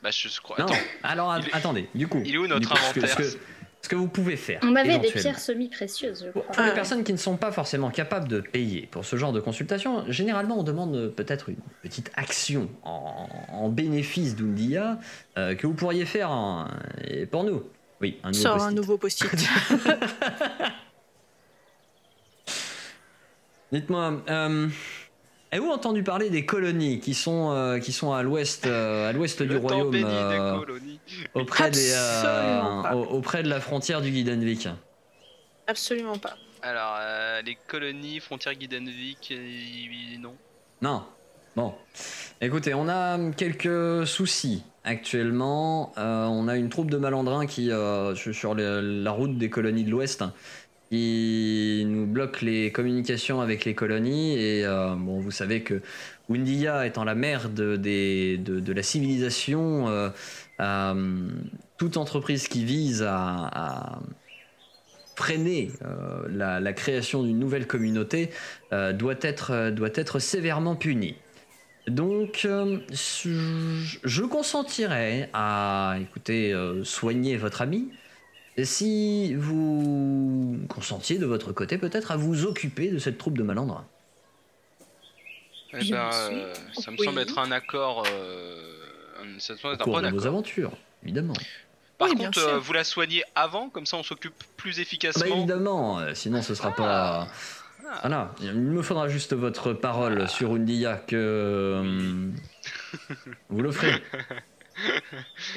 Speaker 2: Bah, je je crois.
Speaker 5: non,
Speaker 2: Attends,
Speaker 5: alors
Speaker 2: Il est-
Speaker 5: attendez. Du coup,
Speaker 2: il est où notre
Speaker 5: du coup, ce que-
Speaker 2: inventaire
Speaker 5: ce, que, ce que vous pouvez faire.
Speaker 4: On avait des
Speaker 5: éventuellement.
Speaker 4: pierres semi-précieuses, je
Speaker 5: Pour,
Speaker 4: crois.
Speaker 5: pour les
Speaker 3: Ah.
Speaker 5: personnes qui ne sont pas forcément capables de payer pour ce genre de consultation, généralement on demande euh, peut-être une petite action en, en bénéfice d'Undia euh, que vous pourriez faire en- et pour nous. Oui, un nouveau
Speaker 3: Sors un
Speaker 5: post-it.
Speaker 3: nouveau post-it.
Speaker 5: Dites-moi, euh, avez-vous entendu parler des colonies qui sont, euh, qui sont à l'ouest euh, à l'ouest du
Speaker 2: le temps
Speaker 5: royaume,
Speaker 2: béni
Speaker 5: euh,
Speaker 2: des colonies.
Speaker 5: auprès, des, euh,
Speaker 3: Absolument pas.
Speaker 5: au- auprès de la frontière du Guidenvik
Speaker 3: Absolument pas.
Speaker 2: Alors, euh, les colonies, frontières Guidenvik, euh, oui, non.
Speaker 5: Non. Bon. Écoutez, on a quelques soucis actuellement. Euh, on a une troupe de malandrins qui, euh, sur sur le- la route des colonies de l'Ouest, qui nous bloque les communications avec les colonies. Et euh, bon, vous savez que Windia étant la mère de, des- de- de la civilisation, euh, euh, toute entreprise qui vise à, à freiner euh, la, la création d'une nouvelle communauté euh, doit, être, euh, doit être sévèrement punie. Donc, euh, je je consentirais à, écoutez, euh, soigner votre ami si vous consentiez de votre côté peut-être à vous occuper de cette troupe de malandrins.
Speaker 2: Eh
Speaker 4: Je
Speaker 2: ben,
Speaker 4: me suis-
Speaker 2: euh, ça me
Speaker 3: Oui.
Speaker 2: semble être un accord. euh, un- ça me semble être
Speaker 5: Au
Speaker 2: un
Speaker 5: cours
Speaker 2: bon
Speaker 5: de vos
Speaker 2: accord.
Speaker 5: aventures, évidemment. Ah
Speaker 2: Par
Speaker 3: Oui, bien
Speaker 2: contre,
Speaker 3: sûr.
Speaker 2: euh, vous la soignez avant, comme ça on s'occupe plus
Speaker 5: Bah,
Speaker 2: efficacement.
Speaker 5: évidemment, euh, sinon ce sera
Speaker 2: Ah.
Speaker 5: pas. Voilà, il me faudra juste votre parole sur Undia que. euh, vous l'offrez.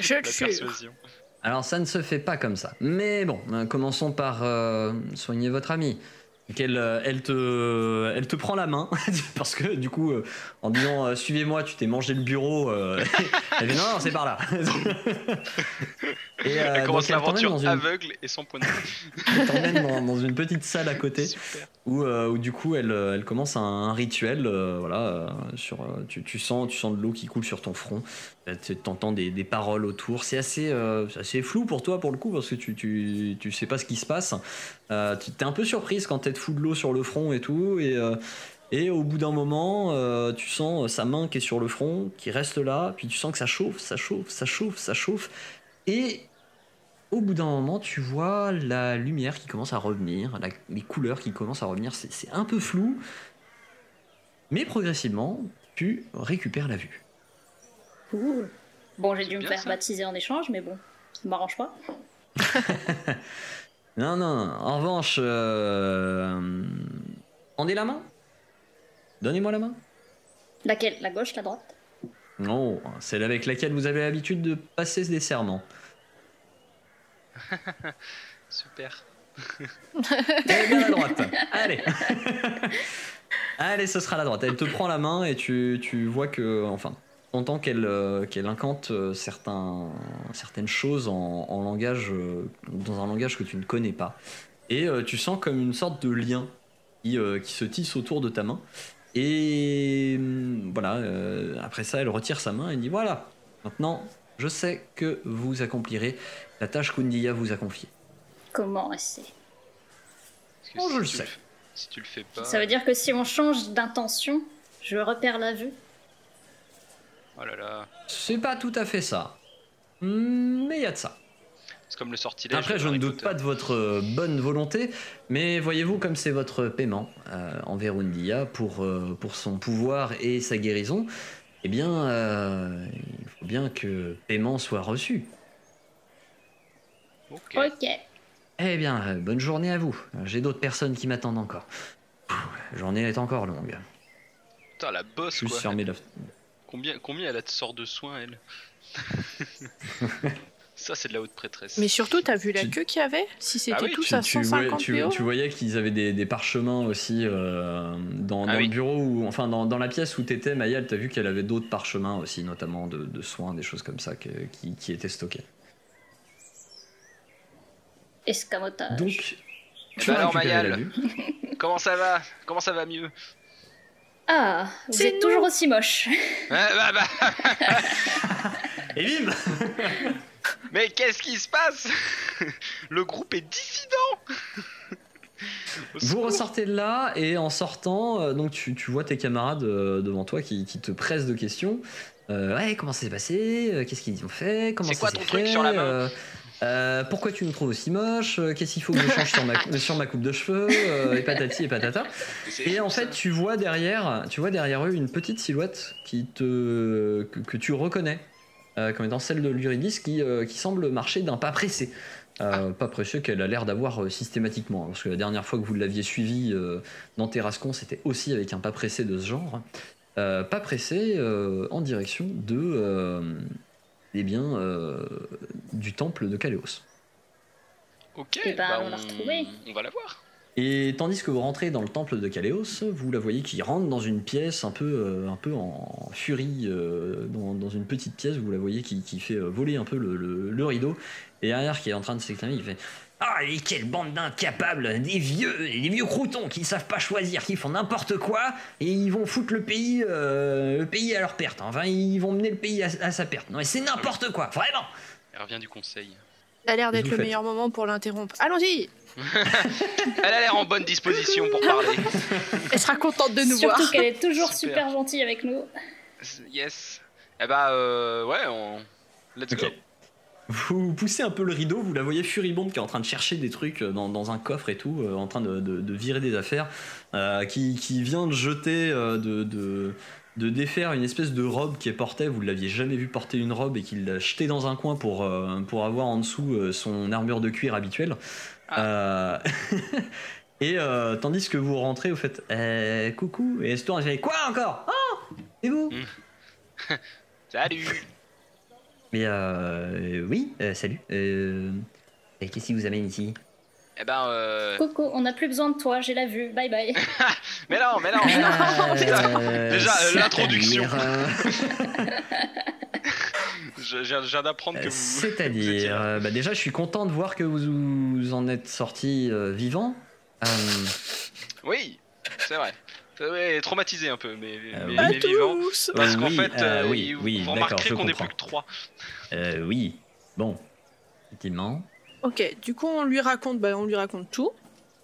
Speaker 3: Je le
Speaker 2: la
Speaker 3: jure.
Speaker 2: persuasion.
Speaker 5: Euh, Alors ça ne se fait pas comme ça. Mais bon, euh, commençons par euh, soigner votre amie. Donc, Elle, euh, elle, te, elle te prend la main, parce que du coup, euh, en disant euh, suivez-moi, tu t'es mangé le bureau. euh, elle dit non, non, c'est par là. Et euh,
Speaker 2: Elle commence
Speaker 5: donc, elle t'emmène
Speaker 2: l'aventure
Speaker 5: dans, une-
Speaker 2: aveugle et sans point de vue.
Speaker 5: elle t'emmène dans- dans une petite salle à côté.
Speaker 2: Super.
Speaker 5: où, euh, où du coup elle, euh, elle commence un, un rituel euh, voilà euh, sur euh, tu, tu sens tu sens de l'eau qui coule sur ton front Euh, tu entends des, des paroles autour c'est assez euh, c'est assez flou pour toi pour le coup parce que tu tu, tu sais pas ce qui se passe euh, tu t'es un peu surprise quand t'es fou de l'eau sur le front et tout et euh, et au bout d'un moment, euh, tu sens euh, sa main qui est sur le front, qui reste là, puis tu sens que ça chauffe, ça chauffe, ça chauffe, ça chauffe. Et au bout d'un moment, tu vois la lumière qui commence à revenir, la- les couleurs qui commencent à revenir. C'est c'est un peu flou, mais progressivement, tu récupères la vue.
Speaker 4: Cool. Bon, j'ai dû me
Speaker 2: bien,
Speaker 4: faire
Speaker 2: ça.
Speaker 4: baptiser en échange, mais bon, ça m'arrange pas.
Speaker 5: Non, non, non. en revanche, euh, rendez la main. Donnez-moi la main.
Speaker 4: Laquelle La gauche, la droite
Speaker 5: Non, celle avec laquelle vous avez l'habitude de passer des serments.
Speaker 2: Super.
Speaker 5: Eh bien, la droite. Allez. Allez, ce sera la droite. Elle te prend la main et tu, tu vois que, enfin, t'entends qu'elle euh, qu'elle incante euh, certains, certaines choses en, en langage, euh, dans un langage que tu ne connais pas. Et euh, tu sens comme une sorte de lien qui, euh, qui se tisse autour de ta main. Et hum, voilà, euh, après ça, elle retire sa main et dit Voilà, maintenant, je sais que vous accomplirez la tâche qu'Undia vous a confiée.
Speaker 4: Comment est-ce
Speaker 2: Parce que
Speaker 5: Oh, je le
Speaker 2: tu
Speaker 5: sais.
Speaker 2: f- Si tu le fais pas.
Speaker 4: Ça veut dire que si on change d'intention, je repère la vue.
Speaker 2: Oh là là.
Speaker 5: C'est pas tout à fait ça. Hmm, Mais il y a de ça.
Speaker 2: C'est comme le sortilège.
Speaker 5: Après,
Speaker 2: de
Speaker 5: je ne
Speaker 2: Harry
Speaker 5: doute
Speaker 2: Potter.
Speaker 5: pas de votre euh, bonne volonté, mais voyez-vous, comme c'est votre paiement euh, envers Undia pour, euh, pour son pouvoir et sa guérison, eh bien, euh, il faut bien que paiement soit reçu.
Speaker 2: Ok.
Speaker 4: Ok.
Speaker 5: Eh bien, euh, bonne journée à vous. J'ai d'autres personnes qui m'attendent encore. Pff, La journée est encore longue.
Speaker 2: Putain, la bosse
Speaker 5: Je
Speaker 2: quoi.
Speaker 5: sur mes lèvres.
Speaker 2: Combien, combien elle a de sorts de soins, elle Ça, c'est de la haute prêtresse.
Speaker 3: Mais surtout, t'as vu la
Speaker 5: Tu-
Speaker 3: queue qu'il y avait Si c'était
Speaker 2: Ah oui,
Speaker 3: tous
Speaker 5: Tu-
Speaker 3: à
Speaker 5: tu, vois-
Speaker 3: 150
Speaker 5: tu-
Speaker 3: PO
Speaker 5: tu voyais qu'ils avaient des, des parchemins aussi euh, dans,
Speaker 2: Ah
Speaker 5: dans
Speaker 2: oui.
Speaker 5: le bureau, où, enfin dans, dans la pièce où t'étais, Mayal, t'as vu qu'elle avait d'autres parchemins aussi, notamment de, de soins, des choses comme ça que- qui, qui étaient stockées.
Speaker 4: Escamotage.
Speaker 5: Donc,
Speaker 2: Eh
Speaker 5: tu
Speaker 2: ben
Speaker 5: as
Speaker 2: alors,
Speaker 5: récupéré la
Speaker 2: Mayal.
Speaker 5: vue.
Speaker 2: Comment ça va Comment ça va mieux
Speaker 4: Ah, vous
Speaker 3: C'est
Speaker 4: êtes toujours aussi moche.
Speaker 2: Ah, bah, bah,
Speaker 5: Et bim
Speaker 2: mais qu'est-ce qui se passe Le groupe est dissident Au
Speaker 1: Vous
Speaker 2: secours.
Speaker 1: ressortez de là et en sortant, euh, donc tu, tu vois tes camarades euh, devant toi qui, qui te pressent de questions. Euh, ouais, comment ça s'est passé Euh, Qu'est-ce qu'ils ont fait Comment
Speaker 2: C'est
Speaker 1: ça
Speaker 2: quoi
Speaker 1: s'est
Speaker 2: ton truc
Speaker 1: fait
Speaker 2: sur la main
Speaker 1: Euh, euh, pourquoi tu me trouves aussi moche Euh, Qu'est-ce qu'il faut que je change sur ma, sur ma coupe de cheveux Euh, Et patati et patata.
Speaker 2: C'est
Speaker 1: Et en
Speaker 2: fou, ça.
Speaker 1: fait, tu vois derrière, tu vois derrière eux une petite silhouette qui te que, que tu reconnais euh, comme étant celle de l'Uridis qui, euh, qui semble marcher d'un pas pressé.
Speaker 2: Ah.
Speaker 1: Euh, Pas pressé qu'elle a l'air d'avoir euh, systématiquement. hein, Parce que la dernière fois que vous l'aviez suivi euh, dans Terrascon, c'était aussi avec un pas pressé de ce genre. Euh, pas pressé euh, en direction de euh, eh bien euh, du temple de Kaleos.
Speaker 2: Ok,
Speaker 4: Eh ben,
Speaker 2: bah,
Speaker 4: on l'a retrouvé.
Speaker 2: on va la voir.
Speaker 1: Et tandis que vous rentrez dans le temple de Kaleos, vous la voyez qui rentre dans une pièce un peu, euh, un peu en furie, euh, dans, dans une petite pièce, vous la voyez qui, qui fait euh, voler un peu le, le- le rideau, et derrière qui est en train de s'exclamer, il fait
Speaker 5: Ah, et quelle bande d'incapables Des vieux, des vieux croutons qui ne savent pas choisir, qui font n'importe quoi, et ils vont foutre le pays, euh, le pays à leur perte. hein. Enfin, ils vont mener le pays à, à sa perte. Non, mais c'est n'importe quoi, vraiment
Speaker 2: Elle revient du conseil.
Speaker 3: Ça a l'air d'être
Speaker 1: Vous
Speaker 3: le
Speaker 1: faites.
Speaker 3: meilleur moment pour l'interrompre. Allons-y
Speaker 2: Elle a l'air en bonne disposition pour parler.
Speaker 3: Elle sera contente de nous voir.
Speaker 4: Surtout qu'elle est toujours
Speaker 2: Super.
Speaker 4: super gentille avec nous.
Speaker 2: Yes. Eh bah, euh, ouais, on... let's
Speaker 1: Ok.
Speaker 2: go.
Speaker 1: Vous poussez un peu le rideau, vous la voyez furibonde qui est en train de chercher des trucs euh, dans, dans un coffre et tout, euh, en train de, de- de virer des affaires, euh, qui, qui vient de jeter, euh, de, de, de défaire une espèce de robe qu'elle portait, vous ne l'aviez jamais vu porter une robe et qu'il l'a jetée dans un coin pour, euh, pour avoir en dessous euh, son armure de cuir habituelle.
Speaker 2: Ah.
Speaker 1: Euh, et euh, tandis que vous rentrez, vous faites euh, coucou, et elle se tourne, elle fait quoi encore Oh C'est vous
Speaker 2: Salut.
Speaker 5: Mais euh, oui, euh, salut. Euh, et qu'est-ce qui vous amène ici
Speaker 2: Eh ben, euh...
Speaker 4: Coco, on n'a plus besoin de toi, j'ai la vue, bye bye.
Speaker 2: mais non, mais non. mais non.
Speaker 5: Euh,
Speaker 2: Déjà, euh,
Speaker 5: c'est-à-dire,
Speaker 2: l'introduction.
Speaker 5: euh,
Speaker 2: Je, je viens- je viens d'apprendre que vous. vous étiez
Speaker 5: Euh, C'est-à-dire,
Speaker 2: là.
Speaker 5: euh, bah déjà, je suis content de voir que vous, vous en êtes sorti euh, vivant. Euh,
Speaker 2: Oui, c'est vrai. C'est vrai, traumatisé un peu, mais,
Speaker 5: Euh,
Speaker 2: mais,
Speaker 5: oui.
Speaker 3: À
Speaker 2: mais vivant.
Speaker 3: tous
Speaker 2: Parce qu'en
Speaker 5: oui,
Speaker 2: fait,
Speaker 5: euh,
Speaker 2: euh,
Speaker 5: oui,
Speaker 2: vous
Speaker 5: oui,
Speaker 2: vous
Speaker 5: d'accord,
Speaker 2: remarquerez
Speaker 5: je
Speaker 2: qu'on n'est
Speaker 5: comprends.
Speaker 2: plus que trois.
Speaker 5: euh, oui, bon, effectivement.
Speaker 3: Ok, du coup, on lui raconte, bah, on lui raconte tout.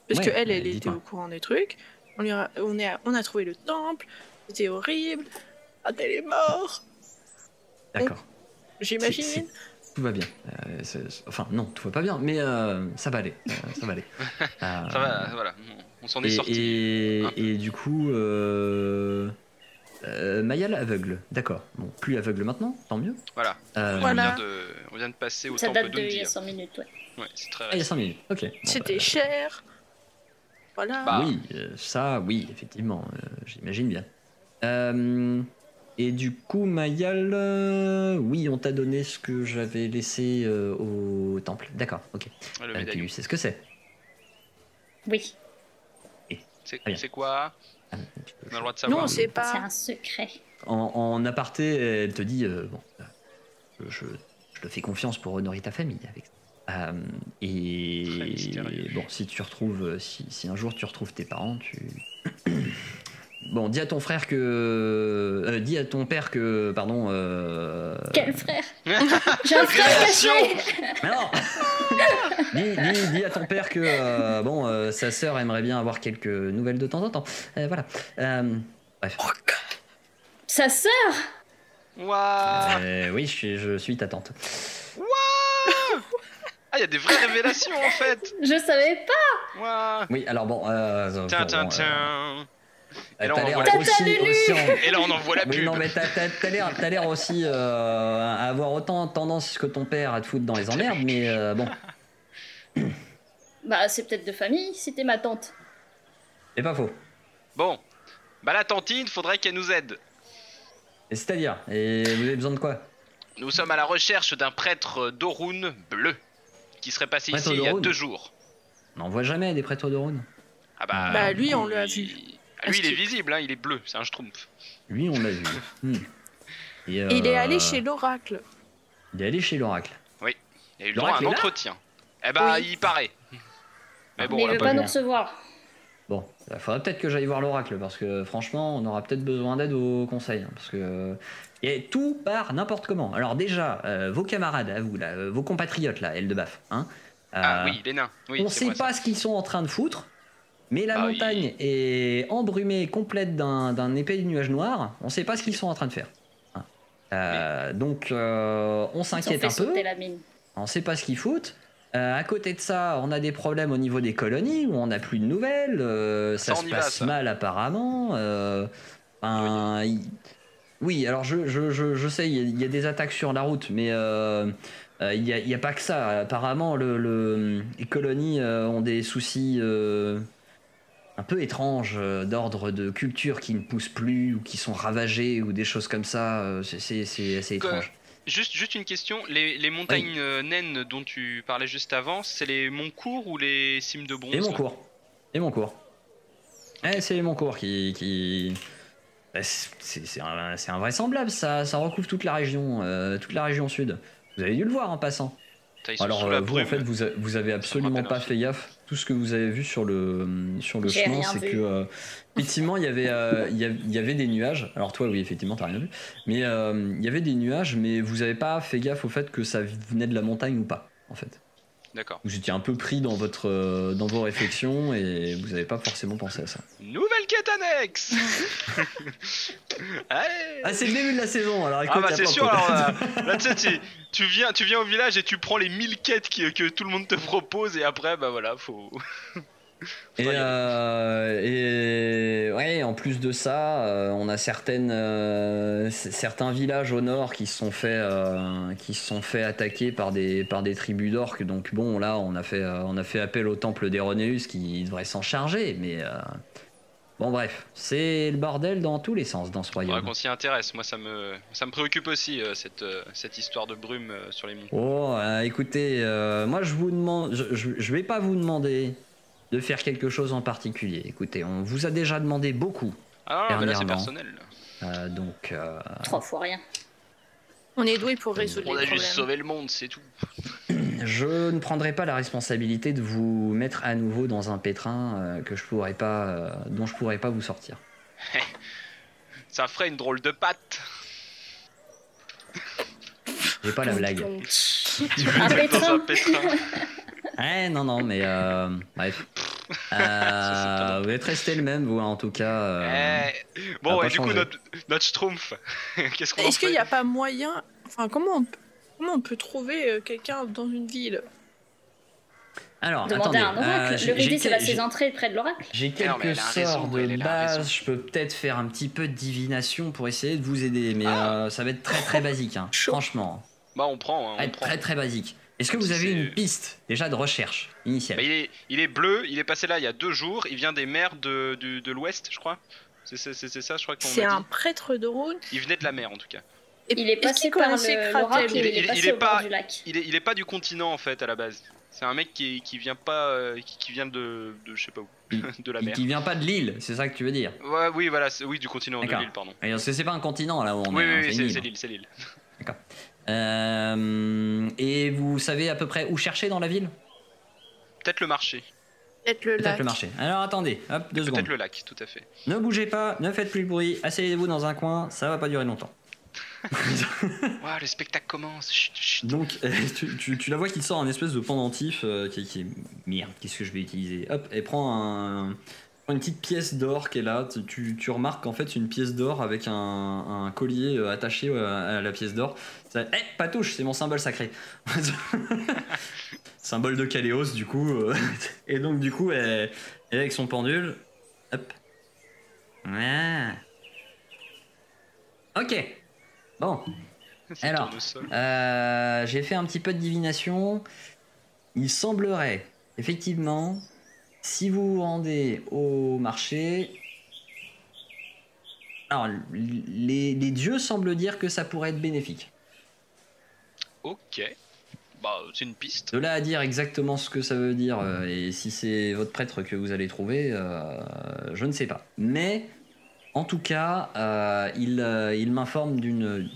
Speaker 3: Parce
Speaker 5: Ouais,
Speaker 3: que elle,
Speaker 5: euh,
Speaker 3: elle était
Speaker 5: dites-moi.
Speaker 3: au courant des trucs. On, lui ra- on, est à- on a trouvé le temple. C'était horrible. Ah, elle est mort,
Speaker 1: D'accord. C'est-
Speaker 3: j'imagine.
Speaker 5: c'est-
Speaker 1: Tout va bien. Euh, c'est- c'est- enfin, non, tout va pas bien, mais euh, ça va aller. Euh, ça va aller. Euh,
Speaker 2: Ça
Speaker 5: Ah.
Speaker 2: va, voilà, on s'en est
Speaker 1: et,
Speaker 2: sorti.
Speaker 1: et- et du coup, euh, euh, Mayal aveugle, d'accord. Bon, plus aveugle maintenant, tant mieux.
Speaker 2: Voilà.
Speaker 1: Euh,
Speaker 2: On,
Speaker 3: Voilà.
Speaker 2: vient de, on vient de passer au
Speaker 4: Ça
Speaker 2: temple
Speaker 4: date de il y
Speaker 2: d'Undir.
Speaker 4: a 100 minutes, ouais.
Speaker 2: Ouais, c'est très
Speaker 1: Ah, il y
Speaker 2: vrai.
Speaker 1: a 5 minutes, ok. Bon,
Speaker 3: C'était
Speaker 1: bah,
Speaker 3: cher. Voilà.
Speaker 2: Bah.
Speaker 1: Oui, euh, ça, oui, effectivement, euh, j'imagine bien. Euh, et du coup, Mayal, euh, oui, on t'a donné ce que j'avais laissé euh, au temple, d'accord, ok.
Speaker 2: Ouais, le
Speaker 1: Euh,
Speaker 2: médaillon.
Speaker 1: tu sais ce que c'est
Speaker 4: Oui,
Speaker 2: C'est
Speaker 1: bien.
Speaker 2: c'est quoi
Speaker 1: Ah, tu peux-
Speaker 2: On a le droit de savoir.
Speaker 3: Non, c'est
Speaker 4: c'est
Speaker 3: pas.
Speaker 4: un secret.
Speaker 1: En, en aparté, elle te dit euh, bon, euh, je, je te fais confiance pour honorer ta famille avec ça. Euh,
Speaker 2: Très
Speaker 1: et
Speaker 2: mystérieux.
Speaker 1: bon, si tu retrouves, euh, si, si un jour tu retrouves tes parents, tu bon, dis à ton frère que, euh, dis à ton père que, pardon, euh,
Speaker 4: Quel frère J'ai un frère caché
Speaker 5: Mais non
Speaker 1: dis, dis- dis à ton père que euh, bon, euh, sa sœur aimerait bien avoir quelques nouvelles de temps en temps. Euh, voilà. Euh, bref.
Speaker 2: Oh,
Speaker 4: Sa sœur
Speaker 2: Ouah
Speaker 1: Euh, oui, je suis, je suis ta tante.
Speaker 2: Ah, il y a des vraies révélations en fait
Speaker 4: Je savais pas
Speaker 2: Ouah
Speaker 1: Oui, alors bon. Euh,
Speaker 2: Tiens,
Speaker 1: bon,
Speaker 2: tiens,
Speaker 1: euh,
Speaker 2: tiens
Speaker 1: Euh,
Speaker 2: Et là,
Speaker 1: T'as
Speaker 2: on
Speaker 1: l'air
Speaker 2: envoie la
Speaker 1: aussi,
Speaker 4: pub.
Speaker 1: aussi en-
Speaker 2: Et là, on envoie la
Speaker 1: Oui,
Speaker 2: pub
Speaker 1: non, mais t'as- t'as t'as l'air t'as l'air aussi euh, à avoir autant tendance que ton père à te foutre dans les emmerdes, mais euh, bon,
Speaker 4: Bah, c'est peut-être de famille, c'était ma tante.
Speaker 1: c'est pas faux.
Speaker 2: Bon, bah la tantine, faudrait qu'elle nous aide.
Speaker 1: Et C'est-à-dire, et vous avez besoin de quoi
Speaker 2: Nous sommes à la recherche d'un prêtre euh, d'Orun bleu qui serait passé
Speaker 1: Prêtre
Speaker 2: ici il y a
Speaker 1: d'Orun
Speaker 2: deux jours.
Speaker 1: On n'en voit jamais des prêtres de Rhône.
Speaker 2: Ah bah,
Speaker 1: Bah,
Speaker 2: du
Speaker 3: lui,
Speaker 2: coup,
Speaker 3: on l'a
Speaker 2: il- Ah,
Speaker 3: Est-ce
Speaker 2: lui, il est
Speaker 3: qu'il-
Speaker 2: visible, hein, il est bleu, c'est un schtroumpf.
Speaker 1: Lui, on l'a vu. Hmm. Et, euh,
Speaker 3: Et Il est allé chez l'oracle.
Speaker 1: Il est allé chez l'oracle.
Speaker 2: Il a eu
Speaker 1: L'oracle
Speaker 2: le droit à un
Speaker 1: est là
Speaker 2: entretien. Eh bah,
Speaker 3: Oui.
Speaker 2: il paraît. Mais bon,
Speaker 4: Mais
Speaker 2: on
Speaker 4: il
Speaker 2: l'a
Speaker 4: veut
Speaker 2: pas
Speaker 4: pas
Speaker 1: vu.
Speaker 4: nous recevoir.
Speaker 1: Bon, Il faudrait peut-être que j'aille voir l'oracle, parce que franchement, on aura peut-être besoin d'aide au conseil. hein, parce que euh, et tout part n'importe comment. Alors déjà, euh, vos camarades, à vous, là, euh, vos compatriotes, là, Eldebaf, hein,
Speaker 2: Ah
Speaker 1: euh,
Speaker 2: oui, les nains. Oui,
Speaker 1: on
Speaker 2: c'est
Speaker 1: sait
Speaker 2: vrai, ça.
Speaker 1: pas ce qu'ils sont en train de foutre, mais la
Speaker 2: Ah,
Speaker 1: montagne est embrumée complète d'un d'un épais nuage noir. On sait pas ce qu'ils sont en train de faire. Hein. Euh, donc euh, on
Speaker 4: Ils ont fait
Speaker 1: s'inquiète un peu.
Speaker 4: sauter la mine.
Speaker 1: On sait pas ce qu'ils foutent. Euh, à côté de ça, on a des problèmes au niveau des colonies où on n'a plus de nouvelles. euh, ça,
Speaker 2: Ça, on
Speaker 1: se
Speaker 2: y va,
Speaker 1: passe
Speaker 2: ça.
Speaker 1: mal apparemment. euh, ben, il- Oui, alors je, je, je, je sais, il y a- il y, a des attaques sur la route, mais euh, euh, il n'y a, pas que ça. Apparemment, le, le- les colonies euh, ont des soucis euh, un peu étranges euh, d'ordre de culture qui ne poussent plus ou qui sont ravagées ou des choses comme ça. euh, c'est- C'est c'est assez
Speaker 2: Que-
Speaker 1: étrange.
Speaker 2: Juste, juste une question. Les, les montagnes euh, naines dont tu parlais juste avant, c'est les monts courts ou les cimes de bronze
Speaker 1: Et mon cours. Et mon cours. Eh, c'est mon cours qui. qui... Bah, C'est c'est un- c'est invraisemblable, ça, ça recouvre toute la région, euh, toute la région sud. Vous avez dû le voir en passant.
Speaker 2: Putain, ils sont
Speaker 1: Alors,
Speaker 2: sous
Speaker 1: euh,
Speaker 2: la
Speaker 1: vous, en
Speaker 2: brume.
Speaker 1: fait, vous, a- vous avez absolument
Speaker 2: rappelle un
Speaker 1: pas
Speaker 2: film.
Speaker 1: fait gaffe. Tout ce que vous avez vu sur le, sur le
Speaker 4: J'ai
Speaker 1: chemin,
Speaker 4: rien
Speaker 1: c'est
Speaker 4: vu.
Speaker 1: que. euh, effectivement, il y, avait, euh, il y av- il y avait des nuages. Alors, toi, oui, effectivement, t'as rien vu. Mais euh, il y avait des nuages, mais vous avez pas fait gaffe au fait que ça venait de la montagne ou pas, en fait.
Speaker 2: D'accord.
Speaker 1: Vous étiez un peu pris dans, votre, euh, dans vos réflexions et vous n'avez pas forcément pensé à ça.
Speaker 2: Nouvelle quête annexe Allez
Speaker 1: Ah, c'est le début de la saison, alors écoute,
Speaker 2: Ah bah
Speaker 1: y a
Speaker 2: c'est
Speaker 1: pas
Speaker 2: sûr,
Speaker 1: de-
Speaker 2: alors là, là, tu sais, tu, tu viens, tu viens au village et tu prends les 1000 quêtes qui- que tout le monde te propose et après, bah voilà, faut...
Speaker 1: Ah, Et, euh, et ouais, en plus de ça, euh, on a certaines, euh, c- certains villages au nord qui se sont fait, euh, qui se sont fait attaquer par des, par des tribus d'orques. Donc bon, là, on a fait, euh, on a fait appel au temple d'Héronéus qui devrait s'en charger. Mais euh, bon, bref, c'est le bordel dans tous les sens dans ce
Speaker 2: Faudra
Speaker 1: royaume.
Speaker 2: qu'on s'y intéresse, moi ça me, ça me préoccupe aussi euh, cette, euh, cette histoire de brume euh, sur les monts.
Speaker 1: Oh, euh, écoutez, euh, moi je vous demande, je, je, je vais pas vous demander de faire quelque chose en particulier. Écoutez, on vous a déjà demandé beaucoup,
Speaker 2: Ah non, mais là c'est
Speaker 1: Dernièrement.
Speaker 2: personnel.
Speaker 1: Euh, donc euh,
Speaker 4: Trois fois rien.
Speaker 3: On est doué pour résoudre
Speaker 2: On a
Speaker 3: les
Speaker 2: juste
Speaker 3: problèmes.
Speaker 2: sauvé le monde, c'est tout.
Speaker 1: je ne prendrai pas la responsabilité de vous mettre à nouveau dans un pétrin euh, que je pourrais pas, euh, dont je pourrais pas vous sortir.
Speaker 2: Ça ferait une drôle de patte
Speaker 1: J'ai pas la blague.
Speaker 4: Un
Speaker 2: dans un
Speaker 4: pétrin.
Speaker 2: pétrin.
Speaker 1: Ouais, Eh, non, non, mais euh, bref. Euh,
Speaker 2: pas
Speaker 1: vous êtes resté le même, vous, hein, en tout cas. euh,
Speaker 2: Eh.
Speaker 1: ça a
Speaker 2: Bon,
Speaker 1: pas
Speaker 2: et du coup,
Speaker 1: changé.
Speaker 2: notre, notre schtroumpf, qu'est-ce qu'on en
Speaker 3: Est-ce qu'il
Speaker 2: fait
Speaker 3: n'y a pas moyen. Enfin, comment on, peut- comment on peut trouver euh, quelqu'un dans une ville
Speaker 1: Alors, attendez.
Speaker 4: Demander à un
Speaker 1: euh,
Speaker 4: oracle.
Speaker 1: j'ai-
Speaker 4: le
Speaker 1: j'ai
Speaker 4: riz, c'est
Speaker 1: quel-
Speaker 4: la
Speaker 1: j'ai-
Speaker 4: ses entrées près de l'oracle.
Speaker 1: J'ai
Speaker 2: Ah non, mais
Speaker 1: quelques
Speaker 2: elle a raison,
Speaker 1: sorts
Speaker 2: elle,
Speaker 1: de
Speaker 2: elle a raison.
Speaker 1: base, je peux peut-être faire un petit peu de divination pour essayer de vous aider, mais euh, ça va être très très basique, hein.
Speaker 3: Chaud.
Speaker 1: franchement.
Speaker 2: Bah, on prend,
Speaker 1: Ça va
Speaker 2: hein, Ah. on
Speaker 1: être
Speaker 2: prend.
Speaker 1: très très basique. Est-ce que vous
Speaker 2: C'est-
Speaker 1: avez une piste déjà de recherche initiale
Speaker 2: Bah, il, est, il est bleu, il est passé là il y a deux jours, il vient des mers de, du- de l'ouest, je crois. C'est c'est- c'est- c'est ça, je crois qu'on
Speaker 3: C'est
Speaker 2: m'a
Speaker 3: un
Speaker 2: dit.
Speaker 3: prêtre de Rhône.
Speaker 2: Il venait de la mer en tout cas.
Speaker 3: Et-
Speaker 4: Il est
Speaker 3: est-ce
Speaker 4: passé
Speaker 3: qu'il
Speaker 4: par
Speaker 3: connaissait
Speaker 4: le-
Speaker 3: Kratel
Speaker 4: l'oracle et
Speaker 2: Il
Speaker 4: il
Speaker 2: est- il
Speaker 4: est
Speaker 2: est
Speaker 4: passé au
Speaker 2: pas-
Speaker 4: bord du lac.
Speaker 2: Il est, il est pas du continent en fait à la base. C'est un mec qui, qui vient pas, euh, qui, qui vient de, de je sais pas où, de la
Speaker 1: Mm. Il,
Speaker 2: mer.
Speaker 1: il vient pas de l'île, c'est ça que tu veux dire
Speaker 2: Ouais, oui, voilà, c'est- oui, du continent, de
Speaker 1: D'accord.
Speaker 2: l'île, pardon.
Speaker 1: Et Parce que c'est pas un continent là où on
Speaker 2: oui,
Speaker 1: est.
Speaker 2: oui,
Speaker 1: hein,
Speaker 2: oui,
Speaker 1: une
Speaker 2: c'est
Speaker 1: île.
Speaker 2: c'est l'île, c'est l'île.
Speaker 1: Euh, et vous savez à peu près où chercher dans la ville
Speaker 2: Peut-être le marché,
Speaker 3: Peut-être le
Speaker 1: Peut-être
Speaker 3: lac.
Speaker 1: le marché. Alors attendez, hop, deux secondes.
Speaker 2: peut-être le lac, tout à fait.
Speaker 1: Ne bougez pas, ne faites plus de bruit, asseyez-vous dans un coin, ça va pas durer longtemps.
Speaker 2: Waouh, le spectacle commence. Chut, chut.
Speaker 1: Donc, euh, tu, tu- tu la vois qui sort un espèce de pendentif euh, qui, qui- Merde, qu'est-ce que je vais utiliser Hop, et prend un- prend une petite pièce d'or qui est là. Tu, tu- tu remarques qu'en fait, c'est une pièce d'or avec un, un collier euh, attaché euh, à la pièce d'or. Ça- Eh, pas touche, c'est mon symbole sacré. symbole de Caléos, du coup. euh, et donc, du coup, elle, elle est avec son pendule. Hop. Ah. Ok. Bon.
Speaker 2: Ça
Speaker 1: Alors.
Speaker 2: tourne au sol.
Speaker 1: Euh, j'ai fait un petit peu de divination. Il semblerait, effectivement, si vous vous rendez au marché. Alors, l- les, les dieux semblent dire que ça pourrait être bénéfique.
Speaker 2: Ok. Bah, c'est une piste.
Speaker 1: De là à dire exactement ce que ça veut dire euh, et si c'est votre prêtre que vous allez trouver, euh, je ne sais pas. Mais en tout cas, euh, il, euh, il m'informe d'une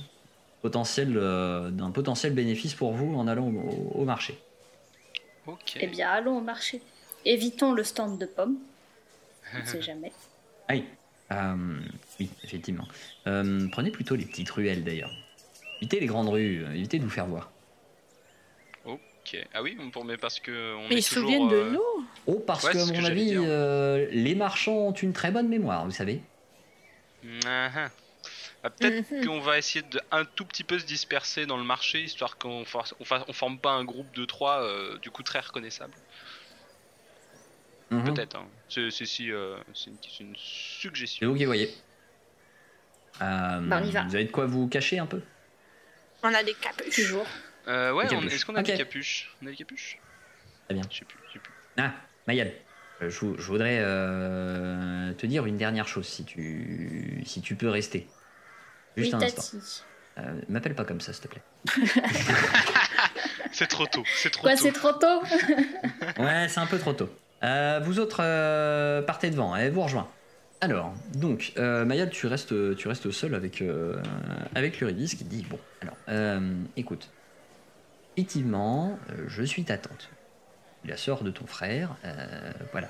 Speaker 1: potentielle euh, d'un potentiel bénéfice pour vous en allant au- au marché.
Speaker 2: Ok.
Speaker 4: Eh bien, allons au marché. Évitons le stand de pommes. On ne sait jamais.
Speaker 1: Aïe. Euh, oui, effectivement. Euh, prenez plutôt les petites ruelles d'ailleurs. Évitez les grandes rues, euh, évitez de vous faire voir.
Speaker 2: Ok. Ah oui, pour, mais parce que. On
Speaker 3: Mais
Speaker 2: est
Speaker 3: ils se
Speaker 2: toujours,
Speaker 3: souviennent de
Speaker 2: euh,
Speaker 3: nous
Speaker 1: Oh, parce
Speaker 2: Ouais,
Speaker 1: que,
Speaker 2: c'est
Speaker 1: à
Speaker 2: ce que
Speaker 1: mon
Speaker 2: j'allais
Speaker 1: avis,
Speaker 2: dire.
Speaker 1: euh, les marchands ont une très bonne mémoire, vous savez.
Speaker 2: Ah, ah. Ah, Peut-être
Speaker 1: Hmm.
Speaker 3: Mhm.
Speaker 2: qu'on va essayer de un tout petit peu se disperser dans le marché histoire qu'on fasse- on, fasse- on forme pas un groupe de trois euh, du coup très reconnaissable.
Speaker 1: Mhm.
Speaker 2: Peut-être. hein. C'est c'est- si, euh, c'est une, c'est une
Speaker 1: C'est
Speaker 2: suggestion.
Speaker 1: vous qui voyez. Euh,
Speaker 4: Bah, on y va.
Speaker 1: Vous avez de quoi vous cacher un peu
Speaker 3: On a des capuches.
Speaker 4: Toujours.
Speaker 2: Euh, ouais,
Speaker 1: Des
Speaker 2: on-
Speaker 1: capuches.
Speaker 2: est-ce qu'on a des
Speaker 1: Ok.
Speaker 2: capuches On a des capuches
Speaker 1: Très bien.
Speaker 2: Je sais plus. je sais plus.
Speaker 1: Ah, Mayal, euh, je, vou- je voudrais euh, te dire une dernière chose si tu, si tu peux rester. Juste
Speaker 4: oui,
Speaker 1: un instant.
Speaker 4: Tati.
Speaker 1: Euh, M'appelle pas comme ça, s'il te plaît.
Speaker 2: C'est trop tôt. C'est trop
Speaker 4: Quoi,
Speaker 2: tôt.
Speaker 4: Bah, c'est trop tôt
Speaker 1: Ouais, c'est un peu trop tôt. Euh, vous autres, euh, partez devant et vous rejoint. Alors, donc, euh, Mayal, tu restes, tu restes seul avec, euh, avec Luridis qui dit Bon, alors, euh, écoute, effectivement, euh, je suis ta tante. Tu la sœur de ton frère, euh, voilà.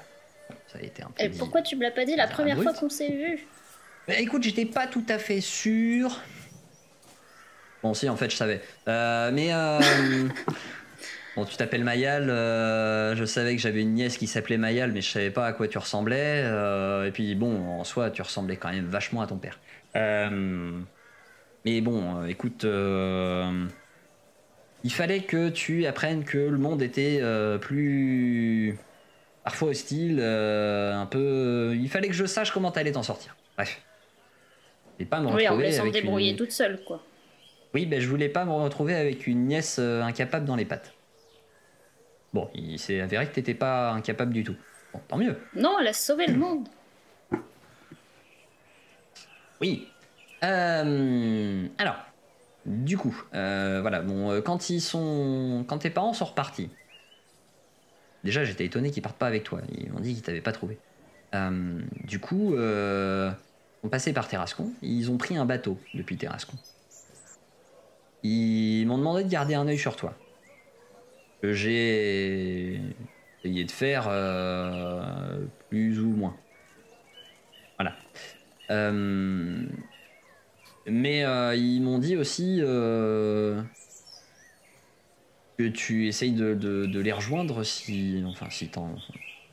Speaker 1: Bon, Ça a été un peu.
Speaker 4: Et
Speaker 1: dit.
Speaker 4: pourquoi tu me l'as pas dit la
Speaker 1: C'est un
Speaker 4: première
Speaker 1: brut.
Speaker 4: fois qu'on s'est vu
Speaker 1: Bah, écoute, j'étais pas tout à fait sûr. Bon, si, en fait, je savais. Euh, mais. euh, bon, tu t'appelles Mayal. euh, je savais que j'avais une nièce qui s'appelait Mayal, mais je savais pas à quoi tu ressemblais. euh, et puis, bon, en soi, tu ressemblais quand même vachement à ton père. Euh, mais bon, euh, écoute. euh, il fallait que tu apprennes que le monde était euh, plus parfois hostile, euh, un peu. Il fallait que je sache comment t'allais t'en sortir. Bref. Et pas me
Speaker 4: Oui, en me
Speaker 1: retrouver
Speaker 4: laissant
Speaker 1: avec une-
Speaker 4: débrouiller toute seule, quoi.
Speaker 1: Oui, ben je voulais pas me retrouver avec une nièce euh, incapable dans les pattes. Bon, il s'est avéré que t'étais pas incapable du tout. Bon, tant mieux.
Speaker 4: Non, elle a sauvé le monde.
Speaker 1: Oui. Euh, alors, du coup, euh, voilà. Bon, euh, quand ils sont, quand tes parents sont repartis. Déjà, j'étais étonné qu'ils partent pas avec toi. Ils m'ont dit qu'ils t'avaient pas trouvé. Euh, du coup, euh, ils sont passés par Terrascon. Ils ont pris un bateau depuis Terrascon. Ils m'ont demandé de garder un œil sur toi. Que j'ai essayé de faire euh, plus ou moins. Voilà. Euh, mais euh, ils m'ont dit aussi euh, que tu essayes de, de- de les rejoindre si, enfin, si t'en-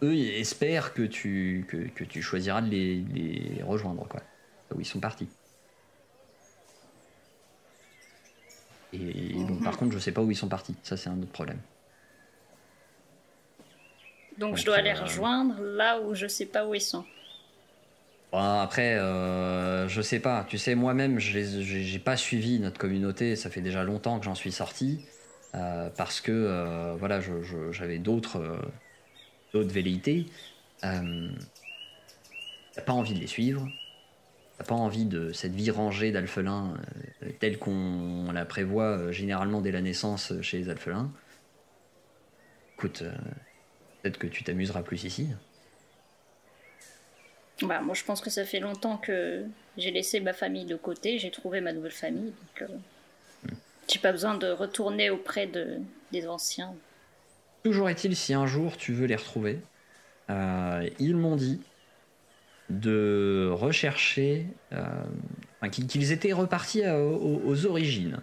Speaker 1: eux ils espèrent que tu que, que tu choisiras de les, les rejoindre quoi. Là Où ils sont partis. Et bon, par contre, je sais pas où ils sont partis. Ça, c'est un autre problème.
Speaker 4: Donc je
Speaker 1: Donc,
Speaker 4: dois
Speaker 1: euh,
Speaker 4: les rejoindre là où je sais pas où ils sont.
Speaker 1: Bon, après, euh, je sais pas. Tu sais, moi-même, je les- j'ai j'ai pas suivi notre communauté. Ça fait déjà longtemps que j'en suis sorti. euh, parce que, euh, voilà, je- je- j'avais d'autres euh, d'autres velléités. Euh, T'as pas envie de les suivre. T'as pas envie de cette vie rangée d'alphelins euh, telle qu'on la prévoit euh, généralement dès la naissance euh, chez les alphelins. Écoute, euh, peut-être que tu t'amuseras plus ici.
Speaker 4: Bah, moi, je pense que ça fait longtemps que j'ai laissé ma famille de côté, j'ai trouvé ma nouvelle famille, donc euh,
Speaker 1: Hmm.
Speaker 4: j'ai pas besoin de retourner auprès de, des anciens.
Speaker 1: Toujours est-il, si un jour tu veux les retrouver, euh, ils m'ont dit de rechercher, euh, enfin, qu'ils qu'ils étaient repartis à- aux, aux origines.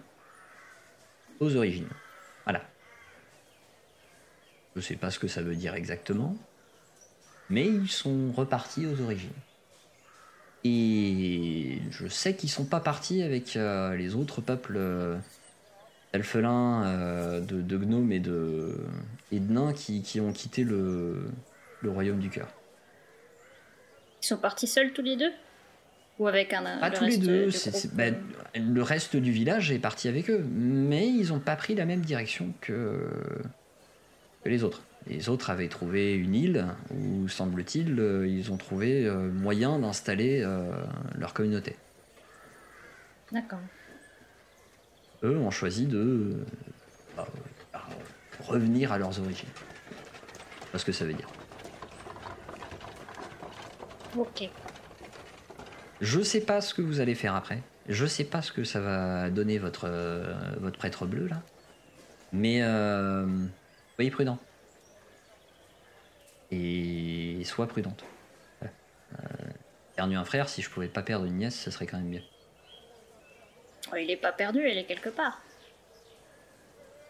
Speaker 1: Aux origines. Voilà. Je sais pas ce que ça veut dire exactement, mais ils sont repartis aux origines. Et je sais qu'ils sont pas partis avec euh, les autres peuples euh, d'alphelins, euh, de, de gnomes et de, et de nains qui, qui ont quitté le, le royaume du cœur.
Speaker 4: Ils sont partis seuls tous les deux Ou avec un.
Speaker 1: Pas
Speaker 4: Ah, le
Speaker 1: Ah, tous les
Speaker 4: reste
Speaker 1: deux,
Speaker 4: du
Speaker 1: c'est-
Speaker 4: groupe,
Speaker 1: c'est- bah,
Speaker 4: euh,
Speaker 1: le reste du village est parti avec eux, mais ils n'ont pas pris la même direction que, que les autres. Les autres avaient trouvé une île où, semble-t-il, euh, ils ont trouvé euh, moyen d'installer euh, leur communauté.
Speaker 4: D'accord.
Speaker 1: Eux ont choisi de euh, bah, euh, revenir à leurs origines. Je sais pas ce que ça veut dire.
Speaker 4: Ok.
Speaker 1: Je sais pas ce que vous allez faire après. Je sais pas ce que ça va donner votre, euh, votre prêtre bleu là. Mais euh, soyez prudent. Et sois prudente. Voilà. perdu un frère, si je pouvais pas perdre une nièce, ce serait quand même mieux.
Speaker 4: Oh, il est pas perdu, il est quelque part.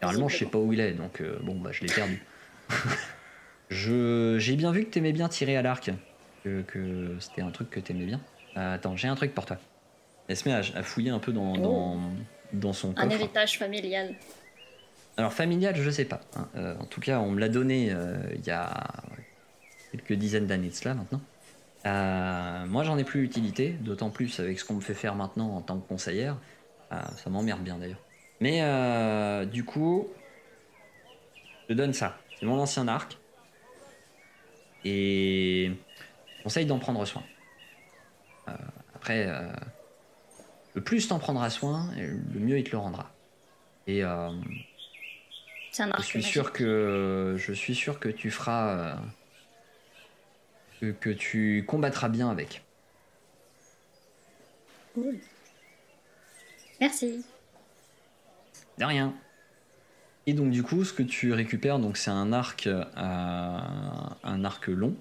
Speaker 1: Généralement, je sais pas où il est, donc euh, bon, bah, je l'ai perdu. je, j'ai bien vu que t'aimais bien tirer à l'arc, que, que c'était un truc que t'aimais bien. Euh, attends, j'ai un truc pour toi. Esme a, a fouillé un peu dans, dans, dans son
Speaker 4: Un
Speaker 1: coffre.
Speaker 4: héritage familial.
Speaker 1: Alors familial, je sais pas. hein. Euh, en tout cas, on me l'a donné euh, il y a quelques dizaines d'années de cela maintenant. Euh, moi, j'en ai plus utilité, d'autant plus avec ce qu'on me fait faire maintenant en tant que conseillère. Euh, ça m'emmerde bien d'ailleurs. Mais euh, du coup, je te donne ça. C'est mon ancien arc. Et je conseille d'en prendre soin. Euh, après, euh, le plus t'en prendras soin, le mieux il te le rendra. Et euh,
Speaker 4: Ah, C'est un arc.
Speaker 1: je suis
Speaker 4: magique.
Speaker 1: sûr que je suis sûr que tu feras euh, que, que tu combattras bien avec.
Speaker 4: Cool. Merci.
Speaker 1: De rien. Et donc du coup, ce que tu récupères, donc c'est un arc euh, un arc long,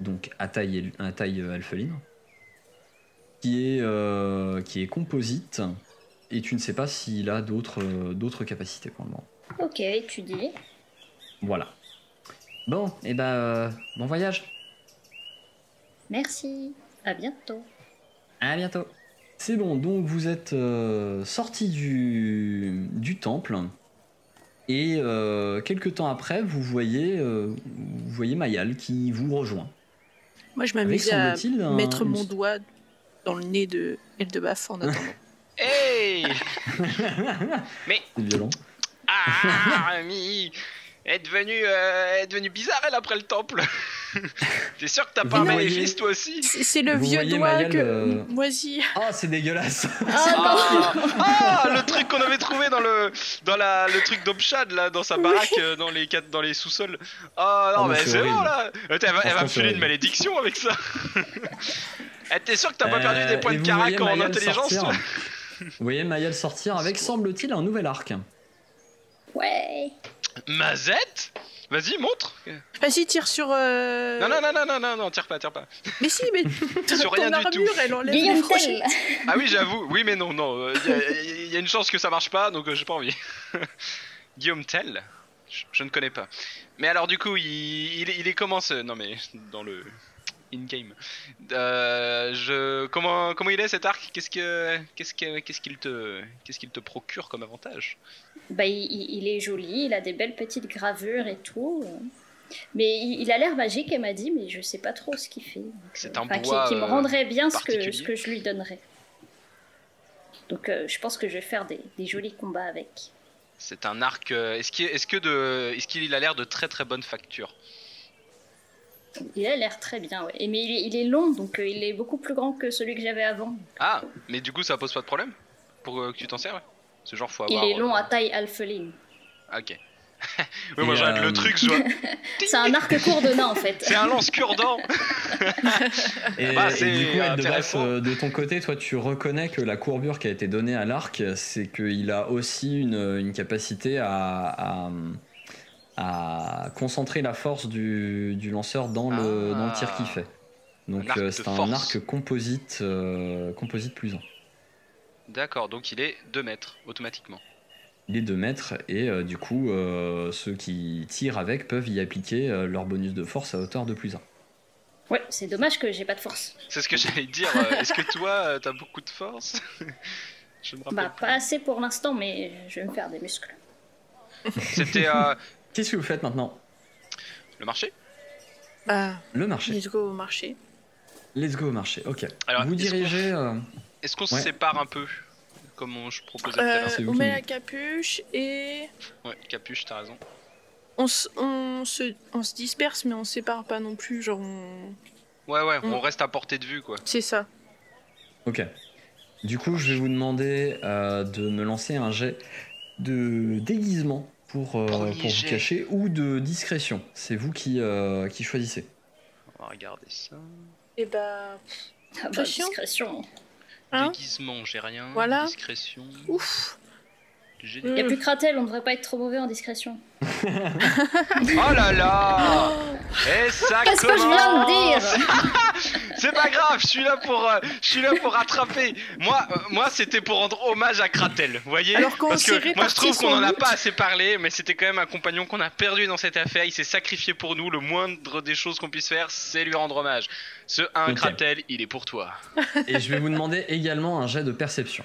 Speaker 1: donc à taille à taille euh, alpheline, qui est euh, qui est composite et tu ne sais pas s'il a d'autres euh, d'autres capacités pour le moment.
Speaker 4: Ok, tu dis.
Speaker 1: Voilà. Bon, et ben euh, bon voyage.
Speaker 4: Merci. À bientôt.
Speaker 1: À bientôt. C'est bon, donc vous êtes euh, sorti du, du temple et euh, quelques temps après, vous voyez, euh, vous voyez Mayal qui vous rejoint.
Speaker 3: Moi, je
Speaker 1: Avec,
Speaker 3: m'amuse à
Speaker 1: semble-t-il, un-
Speaker 3: mettre
Speaker 1: une-
Speaker 3: mon doigt dans le nez de Eldebaf en attendant.
Speaker 2: Hey
Speaker 1: C'est violent.
Speaker 2: Ah, ami Elle est devenue, euh, elle est devenue bizarre, elle, après le temple T'es sûr que t'as pas
Speaker 1: Vous
Speaker 2: un
Speaker 1: voyez-
Speaker 2: maléfice, toi aussi
Speaker 3: C'est c'est le
Speaker 1: Vous
Speaker 3: vieux
Speaker 1: voyez,
Speaker 3: doigt
Speaker 1: Mayal,
Speaker 3: que
Speaker 1: euh,
Speaker 3: moisi.
Speaker 1: Oh, c'est dégueulasse.
Speaker 2: ah, ah, le truc qu'on avait trouvé dans le dans la le truc d'Obchad là dans sa
Speaker 3: Oui.
Speaker 2: baraque euh, dans les quatre- dans les sous-sols. Ah non
Speaker 1: Oh, mais
Speaker 2: mais
Speaker 1: c'est
Speaker 2: c'est bon
Speaker 1: horrible.
Speaker 2: là. Attends, elle va, elle va
Speaker 1: Franchement,
Speaker 2: me
Speaker 1: c'est
Speaker 2: filer une
Speaker 1: horrible.
Speaker 2: malédiction avec ça. Eh, T'es sûr que t'as pas
Speaker 1: Euh,
Speaker 2: perdu des points
Speaker 1: et
Speaker 2: de
Speaker 1: vous
Speaker 2: carac
Speaker 1: voyez
Speaker 2: en
Speaker 1: Mayal
Speaker 2: intelligence
Speaker 1: sortir.
Speaker 2: toi
Speaker 1: Vous voyez Mayal sortir avec, semble-t-il, un nouvel arc.
Speaker 4: Ouais.
Speaker 2: Mazette Vas-y montre.
Speaker 3: Vas-y, tire sur. euh,
Speaker 2: Non non non non non non non tire pas tire pas.
Speaker 3: Mais si, mais ton
Speaker 2: Sur rien du tout.
Speaker 3: armure, elle enlève les
Speaker 4: Guillaume
Speaker 3: crochets.
Speaker 4: Tell.
Speaker 2: Ah oui j'avoue oui mais non non euh, y, a- y a- y a une chance que ça marche pas donc euh, j'ai pas envie. Guillaume Tell je, je ne connais pas. Mais alors du coup il, il, est- il est comment ce non mais dans le in game. je comment comment il est cet arc qu'est-ce que qu'est-ce que qu'est-ce qu'il te qu'est-ce qu'il te procure comme avantage
Speaker 4: Bah, il, il- il est joli, il a des belles petites gravures et tout. Mais il, il a l'air magique, elle m'a dit, mais je sais pas trop ce qu'il fait. Donc,
Speaker 2: C'est
Speaker 4: euh,
Speaker 2: un
Speaker 4: enfin, qui,
Speaker 2: bois,
Speaker 4: qui me
Speaker 2: euh,
Speaker 4: rendrait bien ce que,
Speaker 2: particulier.
Speaker 4: ce que je lui donnerais. Donc euh, je pense que je vais faire des, des jolis combats avec.
Speaker 2: C'est un arc euh, est-ce qu'il est-ce que de est-ce qu'il a l'air de très très bonne facture
Speaker 4: Il a l'air très bien, ouais. Et mais il est, il est long, donc euh, il est beaucoup plus grand que celui que j'avais avant.
Speaker 2: Ah mais du coup ça pose pas de problème pour euh, que tu t'en sers ce genre faut avoir
Speaker 4: il est long
Speaker 2: euh,
Speaker 4: à taille alpheline.
Speaker 2: Ok.
Speaker 1: Et,
Speaker 2: oui, moi j'arrête
Speaker 1: euh,
Speaker 2: le truc, je vois-
Speaker 4: C'est un arc court de nain en fait.
Speaker 2: C'est un lance cure-dent
Speaker 1: Et,
Speaker 2: Bah,
Speaker 1: et
Speaker 2: c'est
Speaker 1: du coup, Ed de, Basse,
Speaker 2: intéressant.
Speaker 1: euh, de ton côté, toi, tu reconnais que la courbure qui a été donnée à l'arc, c'est qu'il a aussi une, une capacité à, à, à concentrer la force du, du lanceur dans le,
Speaker 2: Ah.
Speaker 1: dans le tir qu'il fait. Donc,
Speaker 2: Un arc
Speaker 1: euh,
Speaker 2: de
Speaker 1: c'est un
Speaker 2: force.
Speaker 1: arc composite, euh, composite plus 1.
Speaker 2: D'accord, donc il est 2 mètres automatiquement.
Speaker 1: Il est 2 mètres et euh, du coup, euh, ceux qui tirent avec peuvent y appliquer euh, leur bonus de force à hauteur de plus 1.
Speaker 4: Ouais, c'est dommage que j'ai pas de force.
Speaker 2: C'est ce que j'allais dire. euh, Est-ce que toi, euh, t'as beaucoup de force Je me rappelle.
Speaker 4: Bah pas assez pour l'instant, mais je vais me faire des muscles.
Speaker 2: C'était euh,
Speaker 1: Qu'est-ce que vous faites maintenant
Speaker 2: le marché
Speaker 3: Bah,
Speaker 1: Le marché.
Speaker 3: let's go au marché.
Speaker 1: Let's go au marché, ok.
Speaker 2: Alors,
Speaker 1: vous
Speaker 2: est-ce qu'on-
Speaker 1: dirigez. euh,
Speaker 2: Est-ce qu'on
Speaker 1: Ouais.
Speaker 2: se sépare un peu Comme on- je proposais tout à
Speaker 3: Euh,
Speaker 2: l'heure.
Speaker 1: c'est vous
Speaker 3: on
Speaker 1: qui
Speaker 3: met
Speaker 1: me
Speaker 3: la capuche et
Speaker 2: Ouais, capuche, t'as raison.
Speaker 3: on, se- on, se, on se disperse, mais on se sépare pas non plus. Genre, on-
Speaker 2: Ouais, ouais,
Speaker 3: Mm.
Speaker 2: on reste à portée de vue quoi.
Speaker 3: c'est ça.
Speaker 1: Ok. Du coup, je vais vous demander euh, de me lancer un jet de déguisement pour, euh,
Speaker 2: Premier
Speaker 1: pour vous
Speaker 2: jet.
Speaker 1: cacher ou de discrétion. C'est vous qui, euh, qui choisissez.
Speaker 2: On va regarder ça.
Speaker 3: Et bah,
Speaker 4: Ah bah,
Speaker 3: Pression.
Speaker 4: discrétion.
Speaker 3: Hein
Speaker 2: Déguisement, j'ai rien.
Speaker 3: Voilà.
Speaker 2: Discrétion.
Speaker 3: ouf.
Speaker 2: j'ai-
Speaker 4: Il n'y a
Speaker 1: Hmm.
Speaker 3: Mm.
Speaker 4: plus Kratel, on devrait pas être trop mauvais en discrétion.
Speaker 2: Oh là là Et ça
Speaker 4: Parce que je viens de
Speaker 2: commence
Speaker 4: dire
Speaker 2: C'est pas grave, je suis là pour, euh, je suis là pour rattraper. Moi, euh, moi, c'était pour rendre hommage à Kratel, vous voyez
Speaker 3: Alors qu'on
Speaker 2: Parce
Speaker 3: s'est
Speaker 2: que moi, je
Speaker 3: réparti
Speaker 2: trouve qu'on
Speaker 3: son
Speaker 2: en a
Speaker 3: loot.
Speaker 2: pas assez parlé, mais c'était quand même un compagnon qu'on a perdu dans cette affaire. Il s'est sacrifié pour nous. Le moindre des choses qu'on puisse faire, c'est lui rendre hommage. Ce 1
Speaker 1: Ok.
Speaker 2: Kratel, il est pour toi.
Speaker 1: Et je vais vous demander également un jet de perception.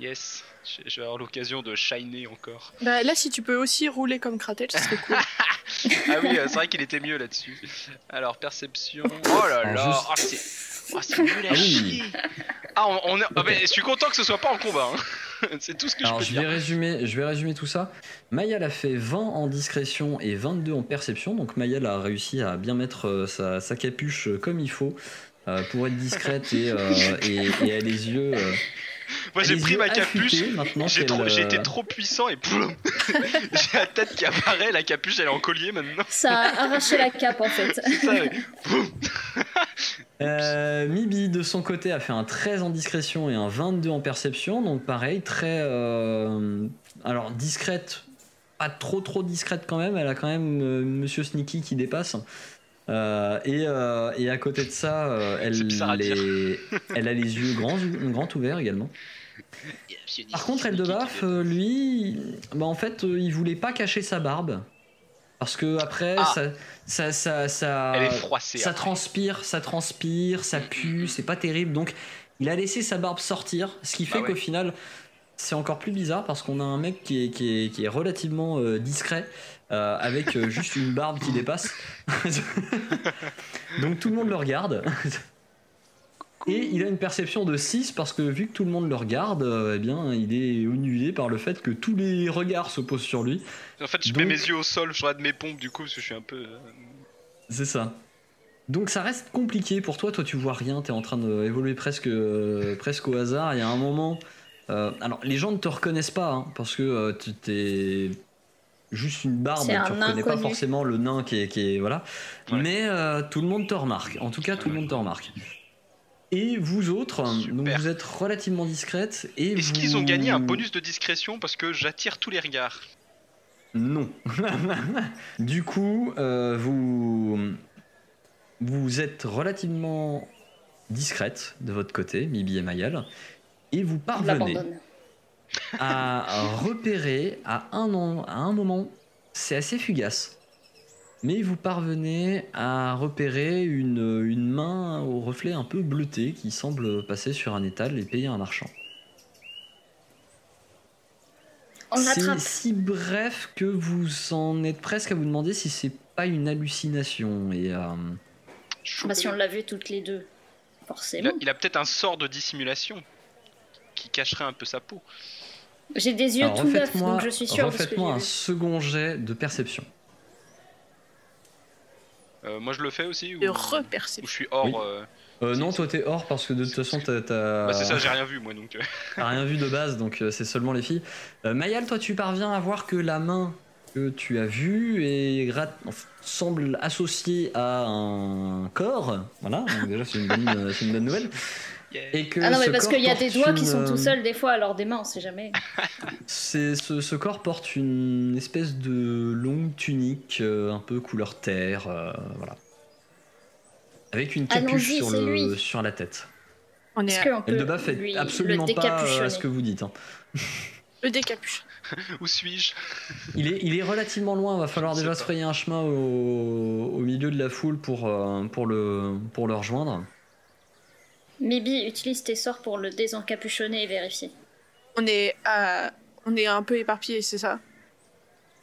Speaker 2: Yes, je- je vais avoir l'occasion de shiner encore.
Speaker 3: Bah, là, si tu peux aussi rouler comme Kratel, ce serait cool.
Speaker 2: Ah oui, euh, c'est vrai qu'il était mieux là-dessus. Alors, perception. Oh là
Speaker 1: Alors,
Speaker 2: là
Speaker 1: juste-
Speaker 2: oh, c'est... oh, c'est nul à
Speaker 1: Ah oui.
Speaker 2: chier. Ah, on, on est- ah,
Speaker 1: Ok.
Speaker 2: ben, je suis content que ce soit pas en combat. hein. c'est tout ce que
Speaker 1: Alors
Speaker 2: je peux
Speaker 1: je vais
Speaker 2: dire.
Speaker 1: résumer, je vais résumer tout ça. Mayal a fait 20 en discrétion et 22 en perception, donc Mayal a réussi à bien mettre euh, sa, sa capuche euh, comme il faut euh, pour être discrète et, euh, et, et a les yeux. euh,
Speaker 2: Moi,
Speaker 1: a
Speaker 2: j'ai
Speaker 1: les
Speaker 2: pris
Speaker 1: yeux
Speaker 2: ma capuche.
Speaker 1: affûtés Maintenant
Speaker 2: J'ai,
Speaker 1: qu'elle,
Speaker 2: trop- j'ai
Speaker 1: euh,
Speaker 2: été trop puissant et ploum J'ai la tête qui apparaît, la capuche elle est en collier maintenant.
Speaker 4: Ça a arraché la cape en fait.
Speaker 2: C'est ça, ouais.
Speaker 1: Euh, Mibi, de son côté, a fait un 13 en discrétion et un 22 en perception. Donc, pareil, très. euh, alors, discrète, pas trop trop discrète quand même. Elle a quand même euh, Monsieur Sneaky qui dépasse. Euh, et, euh, et à côté de ça, euh, elle,
Speaker 2: C'est bizarre à dire.
Speaker 1: est- elle a les yeux grands, grands ouverts également. Par contre, Eldebaf, euh, lui, bah, en fait, euh, il voulait pas cacher sa barbe. Parce que, après,
Speaker 2: Ah.
Speaker 1: ça, ça, ça, ça-
Speaker 2: Elle est
Speaker 1: Ah,
Speaker 2: froissée. hein.
Speaker 1: ça
Speaker 2: après. Mm,
Speaker 1: transpire, ça transpire, ça pue, c'est pas terrible. Donc, il a laissé sa barbe sortir, ce qui fait
Speaker 2: Bah ouais.
Speaker 1: qu'au final, c'est encore plus bizarre parce qu'on a un mec qui est, qui est, qui est relativement euh, discret, euh, avec euh, juste une barbe qui dépasse. Donc, tout le monde le regarde. Et il a une perception de 6 parce que vu que tout le monde le regarde, euh, eh bien, il est onulé par le fait que tous les regards se posent sur lui.
Speaker 2: En fait, je
Speaker 1: Donc-
Speaker 2: mets mes yeux au sol, je regarde mes pompes du coup parce que je suis un peu. euh,
Speaker 1: C'est ça. Donc ça reste compliqué pour toi, toi tu vois rien, t'es en train d'évoluer presque, euh, presque au hasard, il y a un moment... euh, alors les gens ne te reconnaissent pas, hein, parce que euh, tu t'es juste une barbe, tu
Speaker 4: C'est un
Speaker 1: reconnais pas
Speaker 4: inconnu.
Speaker 1: forcément le nain qui est... qui est- voilà.
Speaker 2: Ouais.
Speaker 1: Mais euh, tout le monde te remarque, en tout cas tout le monde te remarque. Et vous autres, donc
Speaker 2: Super.
Speaker 1: vous êtes relativement discrètes et...
Speaker 2: Est-ce
Speaker 1: vous-
Speaker 2: qu'ils ont gagné un bonus de discrétion parce que j'attire tous les regards
Speaker 1: Non. du coup, euh, vous vous êtes relativement discrète de votre côté, Mibi et Mayal, et vous
Speaker 4: On
Speaker 1: parvenez
Speaker 4: l'abandonne.
Speaker 1: à repérer à un, en- à un moment, c'est assez fugace, mais vous parvenez à repérer une, une main au reflet un peu bleuté qui semble passer sur un étal et payer un marchand.
Speaker 4: On l'attrape.
Speaker 1: C'est si bref que vous en êtes presque à vous demander si c'est pas une hallucination. Et euh,
Speaker 4: Bah, si on l'a vu toutes les
Speaker 2: Il
Speaker 4: deux,
Speaker 2: a,
Speaker 4: forcément.
Speaker 2: il a peut-être un sort de dissimulation qui cacherait un peu sa peau.
Speaker 4: J'ai des yeux
Speaker 1: alors,
Speaker 4: tout neufs,
Speaker 1: refaites-moi
Speaker 4: donc je suis sûre de ce que
Speaker 1: refaites-moi un
Speaker 4: j'ai vu.
Speaker 1: second jet de perception.
Speaker 2: Euh, moi je le fais aussi ou,
Speaker 3: De
Speaker 2: ou
Speaker 3: reperception.
Speaker 2: je suis hors.
Speaker 1: Oui.
Speaker 2: euh,
Speaker 1: Euh,
Speaker 2: Si,
Speaker 1: non,
Speaker 2: si.
Speaker 1: toi t'es hors parce que de toute façon t'as t'as-
Speaker 2: bah, c'est ça, j'ai rien vu moi donc. euh.
Speaker 1: t'as rien vu de base, donc euh, c'est seulement les filles. Euh, Mayal, toi tu parviens à voir que la main que tu as vue et rat- enfin, semble associée à un corps. Voilà, donc déjà c'est une, bonne, euh, c'est une bonne nouvelle.
Speaker 2: Yeah.
Speaker 1: Et que
Speaker 4: Ah non, mais
Speaker 1: ce
Speaker 4: parce
Speaker 1: corps
Speaker 4: qu'il y a des
Speaker 1: porte
Speaker 4: doigts qui
Speaker 1: une,
Speaker 4: sont
Speaker 1: euh,
Speaker 4: tout seuls des fois, alors des mains, on sait jamais.
Speaker 1: C'est ce, ce corps porte une espèce de longue tunique euh, un peu couleur terre, euh, voilà. Avec une capuche
Speaker 4: Allons-y,
Speaker 1: sur,
Speaker 4: c'est
Speaker 1: le-
Speaker 4: lui.
Speaker 1: sur la tête.
Speaker 3: On est
Speaker 4: Est-ce
Speaker 3: à
Speaker 4: qu'on peut
Speaker 1: Elle de bas fait
Speaker 4: lui,
Speaker 1: absolument
Speaker 4: le
Speaker 1: pas euh,
Speaker 4: décapuchonner
Speaker 1: à ce que vous dites. hein.
Speaker 3: le décapuche.
Speaker 2: Où suis-je
Speaker 1: Il, est, il est relativement loin, va falloir
Speaker 2: Je sais
Speaker 1: déjà
Speaker 2: pas.
Speaker 1: se frayer un chemin au, au milieu de la foule pour, euh, pour, le, pour le rejoindre.
Speaker 4: Mibi, utilise tes sorts pour le désencapuchonner et vérifier.
Speaker 3: On est à... On est un peu éparpillé, c'est ça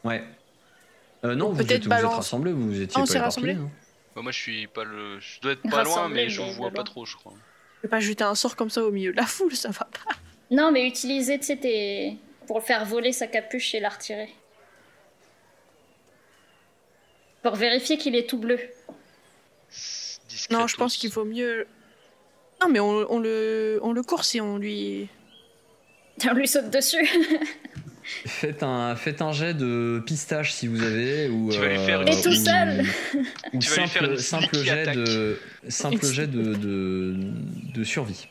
Speaker 1: Ouais. Euh, non,
Speaker 3: Ou
Speaker 1: vous
Speaker 3: peut-être
Speaker 1: êtes, vous êtes
Speaker 3: balance.
Speaker 1: rassemblés, vous étiez
Speaker 3: Ah, on
Speaker 1: pas
Speaker 3: s'est rassemblés
Speaker 1: éparpillés, hein.
Speaker 2: Bah, Moi je suis pas le. Je dois être pas loin
Speaker 4: Rassemblés,
Speaker 2: mais je
Speaker 4: mais
Speaker 2: vois
Speaker 4: de
Speaker 2: pas
Speaker 4: loin.
Speaker 2: trop je crois.
Speaker 3: Je vais pas jeter un sort comme ça au milieu de la foule, ça va pas.
Speaker 4: Non, mais utiliser, tu sais, tes- pour le faire voler sa capuche et la retirer. Pour vérifier qu'il est tout bleu.
Speaker 3: Non, je pense qu'il vaut mieux... Non, mais on, on le, on le course et on lui...
Speaker 4: On lui saute dessus.
Speaker 1: Faites un, faites un jet de pistache si vous avez. Ou, euh,
Speaker 2: Tu vas lui faire une
Speaker 4: Et tout seul
Speaker 1: ou
Speaker 2: Tu vas
Speaker 1: simple,
Speaker 2: lui faire une
Speaker 1: simple
Speaker 2: sneaky
Speaker 1: jet,
Speaker 2: attack.
Speaker 1: de, simple jet de, de, de survie.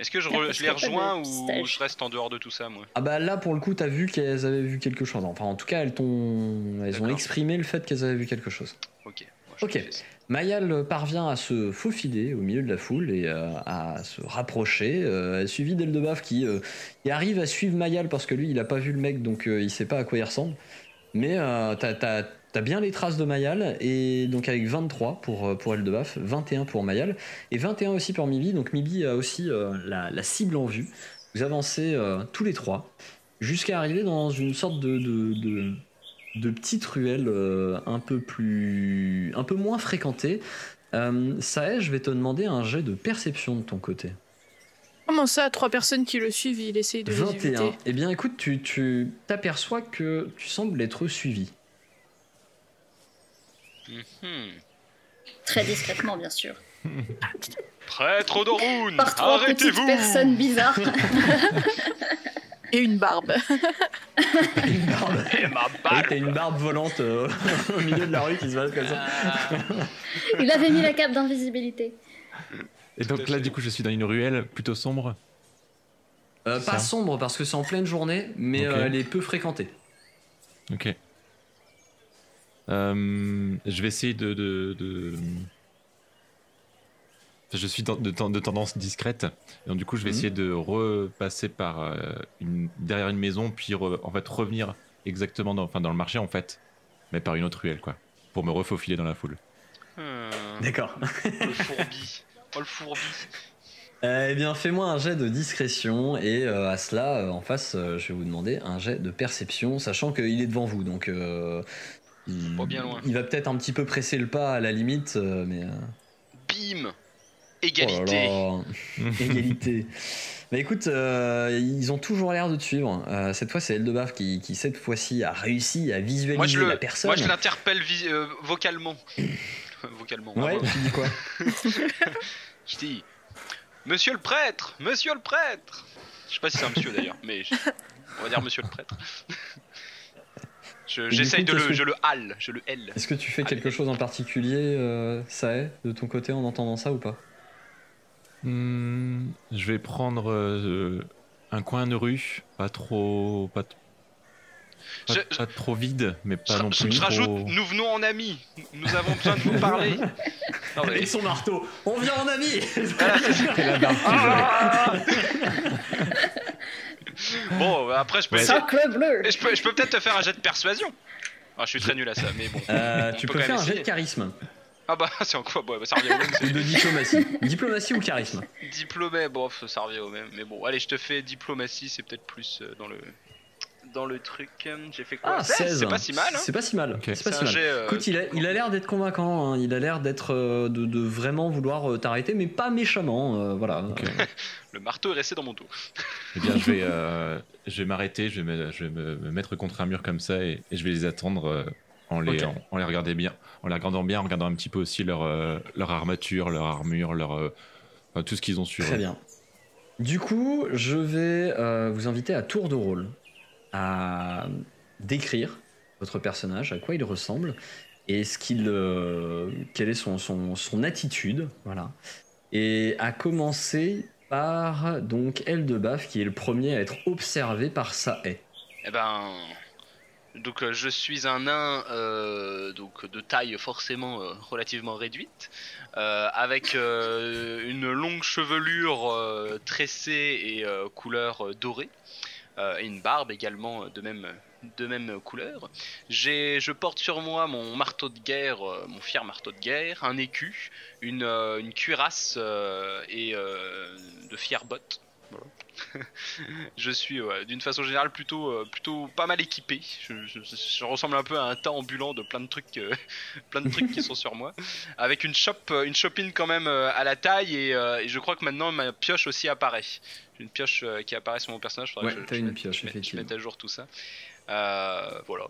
Speaker 2: Est-ce que je,
Speaker 4: Ah,
Speaker 2: re-
Speaker 4: parce
Speaker 2: je les
Speaker 4: qu'il y a pas de
Speaker 2: rejoins ou
Speaker 4: pistache.
Speaker 2: je reste en dehors de tout ça moi
Speaker 1: Ah bah là, pour le coup, t'as vu qu'elles avaient vu quelque chose. Enfin, en tout cas, elles, t'ont- elles ont
Speaker 2: D'accord.
Speaker 1: exprimé le fait qu'elles avaient vu quelque chose.
Speaker 2: Ok. ouais. je
Speaker 1: Ok.
Speaker 2: l'ai fait.
Speaker 1: Mayal parvient à se faufiler au milieu de la foule et euh, à se rapprocher. Euh, elle suivie d'Eldebaf qui, euh, qui arrive à suivre Mayal parce que lui, il a pas vu le mec, donc euh, il sait pas à quoi il ressemble. Mais euh, t'as, t'as- t'as bien les traces de Mayal, et donc avec 23 pour, euh, pour Eldebaf, 21 pour Mayal, et 21 aussi pour Mibi. Donc Mibi a aussi euh, la, la cible en vue. Vous avancez euh, tous les trois jusqu'à arriver dans une sorte de- de- de, de petites ruelles euh, un peu plus, un peu moins fréquentées. Euh, Sae, je vais te demander un jet de perception de ton côté.
Speaker 3: Comment ça, trois personnes qui le suivent, il essaye de les éviter
Speaker 1: 21. Eh bien, écoute, tu tu t'aperçois que tu sembles être suivi.
Speaker 2: Mhm.
Speaker 4: Très discrètement, bien sûr.
Speaker 2: Prêtre d'Orun,
Speaker 4: Par trois petites
Speaker 2: arrêtez-vous
Speaker 4: personnes bizarres.
Speaker 3: Et une barbe.
Speaker 1: Une barbe.
Speaker 2: Eh,
Speaker 1: Oui,
Speaker 2: ma balle
Speaker 1: Ah, T'as une barbe volante euh, au milieu de la rue qui se balade comme ça.
Speaker 2: Ah.
Speaker 4: Il avait mis la cape d'invisibilité.
Speaker 6: Et
Speaker 2: Tout à
Speaker 6: donc là,
Speaker 2: fait.
Speaker 6: du coup, je suis dans une ruelle plutôt sombre.
Speaker 1: Euh, pas
Speaker 6: Ça.
Speaker 1: sombre parce que c'est en pleine journée, mais
Speaker 6: Ok.
Speaker 1: euh, elle est peu fréquentée.
Speaker 6: Ok. Euh, je vais essayer de. de, de- Enfin, Je suis dans- de, ten- de tendance discrète, et donc du coup je vais
Speaker 1: Mhm.
Speaker 6: essayer de repasser par euh, une, derrière une maison, puis re- en fait revenir exactement dans, enfin, dans le marché en fait, mais par une autre ruelle quoi, pour me refaufiler dans la foule.
Speaker 2: Hmm,
Speaker 1: D'accord.
Speaker 2: Le fourbi. Oh, le fourbi.
Speaker 1: Euh, eh bien, fais-moi un jet de discrétion et euh, à cela, euh, en face, euh, je vais vous demander un jet de perception, sachant qu'il est devant vous, donc euh, il,
Speaker 2: Pas bien loin.
Speaker 1: il va peut-être un petit peu presser le pas à la limite, euh, mais euh,
Speaker 2: Bim Égalité
Speaker 1: oh là là. Égalité. Mais écoute, euh, ils ont toujours l'air de te suivre. Euh, cette fois, c'est Eldebaf qui, qui cette fois-ci a réussi à visualiser
Speaker 2: Moi, je
Speaker 1: la
Speaker 2: le-
Speaker 1: personne.
Speaker 2: Moi je l'interpelle vis- euh, vocalement. vocalement.
Speaker 1: ouais,
Speaker 2: bravo.
Speaker 1: tu dis quoi
Speaker 2: Je dis Monsieur le prêtre Monsieur le prêtre Je sais pas si c'est un monsieur d'ailleurs, mais je- on va dire monsieur le prêtre. Je-
Speaker 1: du
Speaker 2: J'essaye
Speaker 1: coup,
Speaker 2: de
Speaker 1: qu'est-ce
Speaker 2: le,
Speaker 1: que-
Speaker 2: je le halle, je le hale.
Speaker 1: Est-ce que tu fais quelque chose en particulier, euh, ça est, de ton côté en entendant ça ou pas
Speaker 6: Hmm, je vais prendre euh, un coin de rue, pas trop, pas, t- pas,
Speaker 2: Je- je-
Speaker 6: pas trop vide, mais
Speaker 2: Je,
Speaker 6: pas non
Speaker 2: je-
Speaker 6: plus
Speaker 2: je
Speaker 6: trop.
Speaker 2: rajoute, nous venons en amis, nous avons besoin de vous parler. Non, mais-
Speaker 1: son marteau, on vient en ami
Speaker 2: Ah bon, bah, après je peux, essayer-
Speaker 4: Sacre bleu.
Speaker 2: je peux, je peux peut-être te faire un jet de persuasion. Ah, je suis très nul à ça, mais bon.
Speaker 1: Euh,
Speaker 2: On
Speaker 1: tu
Speaker 2: peut
Speaker 1: peux
Speaker 2: quand
Speaker 1: faire
Speaker 2: même
Speaker 1: un jet de
Speaker 2: essayer.
Speaker 1: charisme.
Speaker 2: Ah bah c'est en quoi bah, bah, ça revient au même.
Speaker 1: Ou de diplomatie. diplomatie ou charisme
Speaker 2: c'est- Diplômé, bon, pff, ça revient au même. Mais bon, allez, je te fais diplomatie, c'est peut-être plus euh, dans le dans le truc. euh, J'ai fait quoi
Speaker 1: Ah,
Speaker 2: 16,
Speaker 1: 16
Speaker 2: C'est pas si mal. Hein
Speaker 1: C'est pas si mal.
Speaker 6: Ok.
Speaker 1: C'est pas
Speaker 2: C'est
Speaker 1: si
Speaker 2: un
Speaker 1: mal.
Speaker 2: jet, euh,
Speaker 1: Écoute, il a il a l'air d'être convaincant, hein. il a l'air d'être euh, de, de vraiment vouloir euh, t'arrêter, mais pas méchamment, euh, voilà.
Speaker 6: Ok.
Speaker 2: Le marteau est resté dans mon dos.
Speaker 6: Eh bien, je vais, euh, je vais m'arrêter, je vais, me, je vais me, me mettre contre un mur comme ça et, et je vais les attendre euh, en, les,
Speaker 1: Ok.
Speaker 6: en, en les regardant bien, en les regardant bien, en regardant un petit peu aussi leur, euh, leur armature, leur armure, leur, euh, enfin, tout ce qu'ils ont sur
Speaker 1: Très
Speaker 6: eux.
Speaker 1: bien. Du coup, je vais euh, vous inviter à tour de rôle à décrire votre personnage, à quoi il ressemble et ce qu'il, euh, quelle est son, son, son attitude, voilà. Et à commencer par donc Eldebaf qui est le premier à être observé par Sae.
Speaker 2: Eh ben. Donc, euh, je suis un nain euh, donc, de taille forcément euh, relativement réduite, euh, avec euh, une longue chevelure euh, tressée et euh, couleur euh, dorée, euh, et une barbe également euh, de même, de même couleur. J'ai, je porte sur moi mon marteau de guerre, euh, mon fier marteau de guerre, un écu, une, euh, une cuirasse euh, et euh, de fières bottes. Voilà. Je suis ouais, d'une façon générale plutôt, euh, plutôt pas mal équipé. Je, je- je ressemble un peu à un tas ambulant de plein de trucs, euh, plein de trucs qui sont sur moi. Avec une chope, euh, une chopine quand même euh, à la taille et, euh, et je crois que maintenant ma pioche aussi apparaît. J'ai une pioche euh, qui apparaît sur mon personnage. faudrait
Speaker 1: Ouais,
Speaker 2: que je-
Speaker 1: t'as
Speaker 2: je
Speaker 1: une
Speaker 2: mette-
Speaker 1: pioche,
Speaker 2: je mette- Je
Speaker 1: effectivement.
Speaker 2: mette à jour tout ça. Euh, voilà.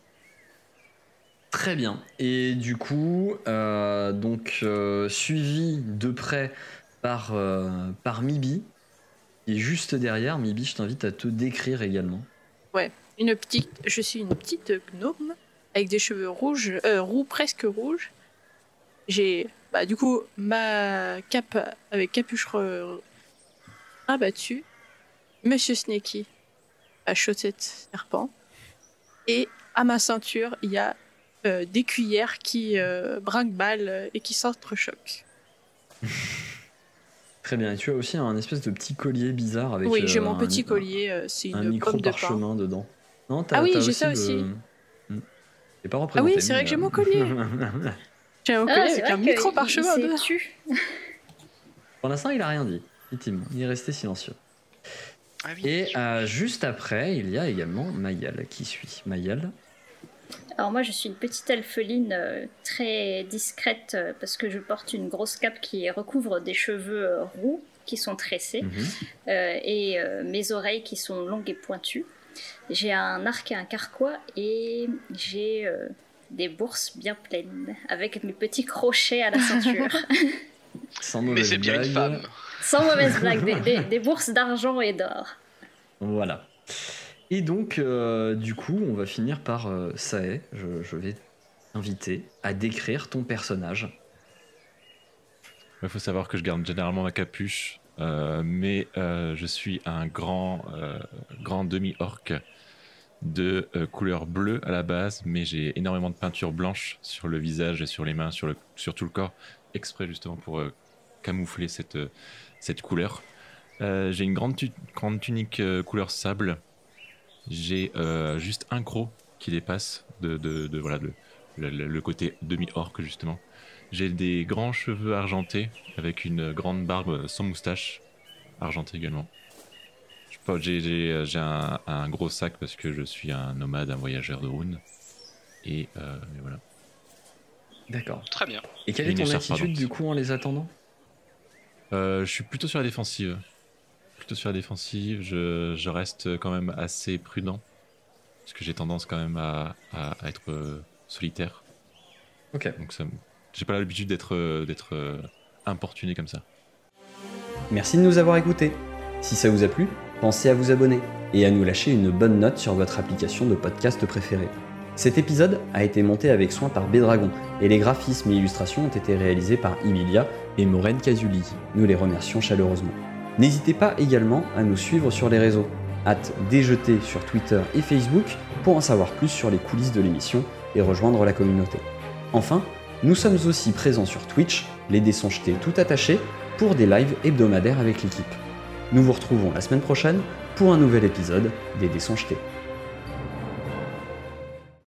Speaker 1: Très bien. Et du coup, euh, donc euh, suivi de près par, euh, par Mibi, qui est juste derrière. Mibi, je t'invite à te décrire également.
Speaker 3: Une petite, je suis une petite gnome avec des cheveux rouges, euh, roux presque rouges. J'ai, bah du coup, ma cape avec capuche re- rabattue, Monsieur Sneaky à chaussette serpent et à ma ceinture il y a euh, des cuillères qui euh, brinquent-balles et qui s'entrechoquent.
Speaker 5: Très bien. Et tu as aussi un espèce de petit collier bizarre avec.
Speaker 3: Oui,
Speaker 5: euh,
Speaker 3: j'ai mon
Speaker 5: un-
Speaker 3: petit collier, euh, c'est
Speaker 5: Un,
Speaker 3: une
Speaker 5: micro
Speaker 3: pomme de pain.
Speaker 5: parchemin dedans. Non,
Speaker 3: Ah oui, j'ai ça aussi.
Speaker 5: C'est Hmm. pas
Speaker 3: Ah
Speaker 5: représenté.
Speaker 3: oui, c'est vrai que j'ai mon collier.
Speaker 5: collier.
Speaker 3: J'ai un collier
Speaker 4: Ah, c'est
Speaker 3: avec
Speaker 4: vrai
Speaker 3: un
Speaker 4: que
Speaker 3: micro
Speaker 4: il-
Speaker 3: parchemin
Speaker 4: il s'est
Speaker 3: dedans.
Speaker 4: tu.
Speaker 5: Pour l'instant, il a rien dit. Effectivement, il est resté silencieux.
Speaker 2: Ah oui.
Speaker 5: Et euh, juste après, il y a également Mayal qui suit. Mayal,
Speaker 4: Alors moi, je suis une petite alpheline euh, très discrète euh, parce que je porte une grosse cape qui recouvre des cheveux euh, roux qui sont tressés
Speaker 5: mhm.
Speaker 4: euh, et euh, mes oreilles qui sont longues et pointues. J'ai un arc et un carquois et j'ai euh, des bourses bien pleines avec mes petits crochets à la ceinture.
Speaker 5: sans
Speaker 2: Mais
Speaker 5: mauvaise
Speaker 2: c'est bien une femme.
Speaker 5: blague,
Speaker 4: Sans mauvaise blague, des, des- des bourses d'argent et d'or.
Speaker 5: Voilà. Et donc, euh, du coup, on va finir par euh, Sae. Je, je vais t'inviter à décrire ton personnage.
Speaker 6: Il faut savoir que je garde généralement ma capuche, euh, mais euh, je suis un grand, euh, grand demi-orc de euh, couleur bleue à la base, mais j'ai énormément de peinture blanche sur le visage et sur les mains, sur, le, sur tout le corps, exprès justement pour euh, camoufler cette, euh, cette couleur. Euh, j'ai une grande, tu- grande tunique euh, couleur sable. J'ai euh, juste un croc qui dépasse de, de, de- voilà, de- le- le- le côté demi-orc justement. J'ai des grands cheveux argentés avec une grande barbe sans moustache, argentée également. Je sais pas, J'ai j'ai, euh, j'ai un, un gros sac parce que je suis un nomade, un voyageur de rune. Et, euh, et voilà.
Speaker 5: D'accord.
Speaker 2: Très bien.
Speaker 5: Et quelle
Speaker 6: Et
Speaker 5: est
Speaker 6: une
Speaker 5: ton
Speaker 6: écharpe
Speaker 5: attitude
Speaker 6: ardente.
Speaker 5: du coup en les attendant
Speaker 6: Euh, je suis plutôt sur la défensive. Plutôt sur la défensive, je, je reste quand même assez prudent. Parce que j'ai tendance quand même à, à- à être euh, solitaire.
Speaker 5: Ok.
Speaker 6: Donc ça, me- j'ai pas l'habitude d'être euh, d'être, euh, importuné comme ça.
Speaker 7: Merci de nous avoir écoutés. Si ça vous a plu, pensez à vous abonner et à nous lâcher une bonne note sur votre application de podcast préférée. Cet épisode a été monté avec soin par Bédragon et les graphismes et illustrations ont été réalisés par Emilia et Maureen Casuli. Nous les remercions chaleureusement. N'hésitez pas également à nous suivre sur les réseaux, hâte déjeter sur Twitter et Facebook pour en savoir plus sur les coulisses de l'émission et rejoindre la communauté. Enfin, nous sommes aussi présents sur Twitch, les dés sont jetés tout attachés pour des lives hebdomadaires avec l'équipe. Nous vous retrouvons la semaine prochaine pour un nouvel épisode des Dés sont jetés.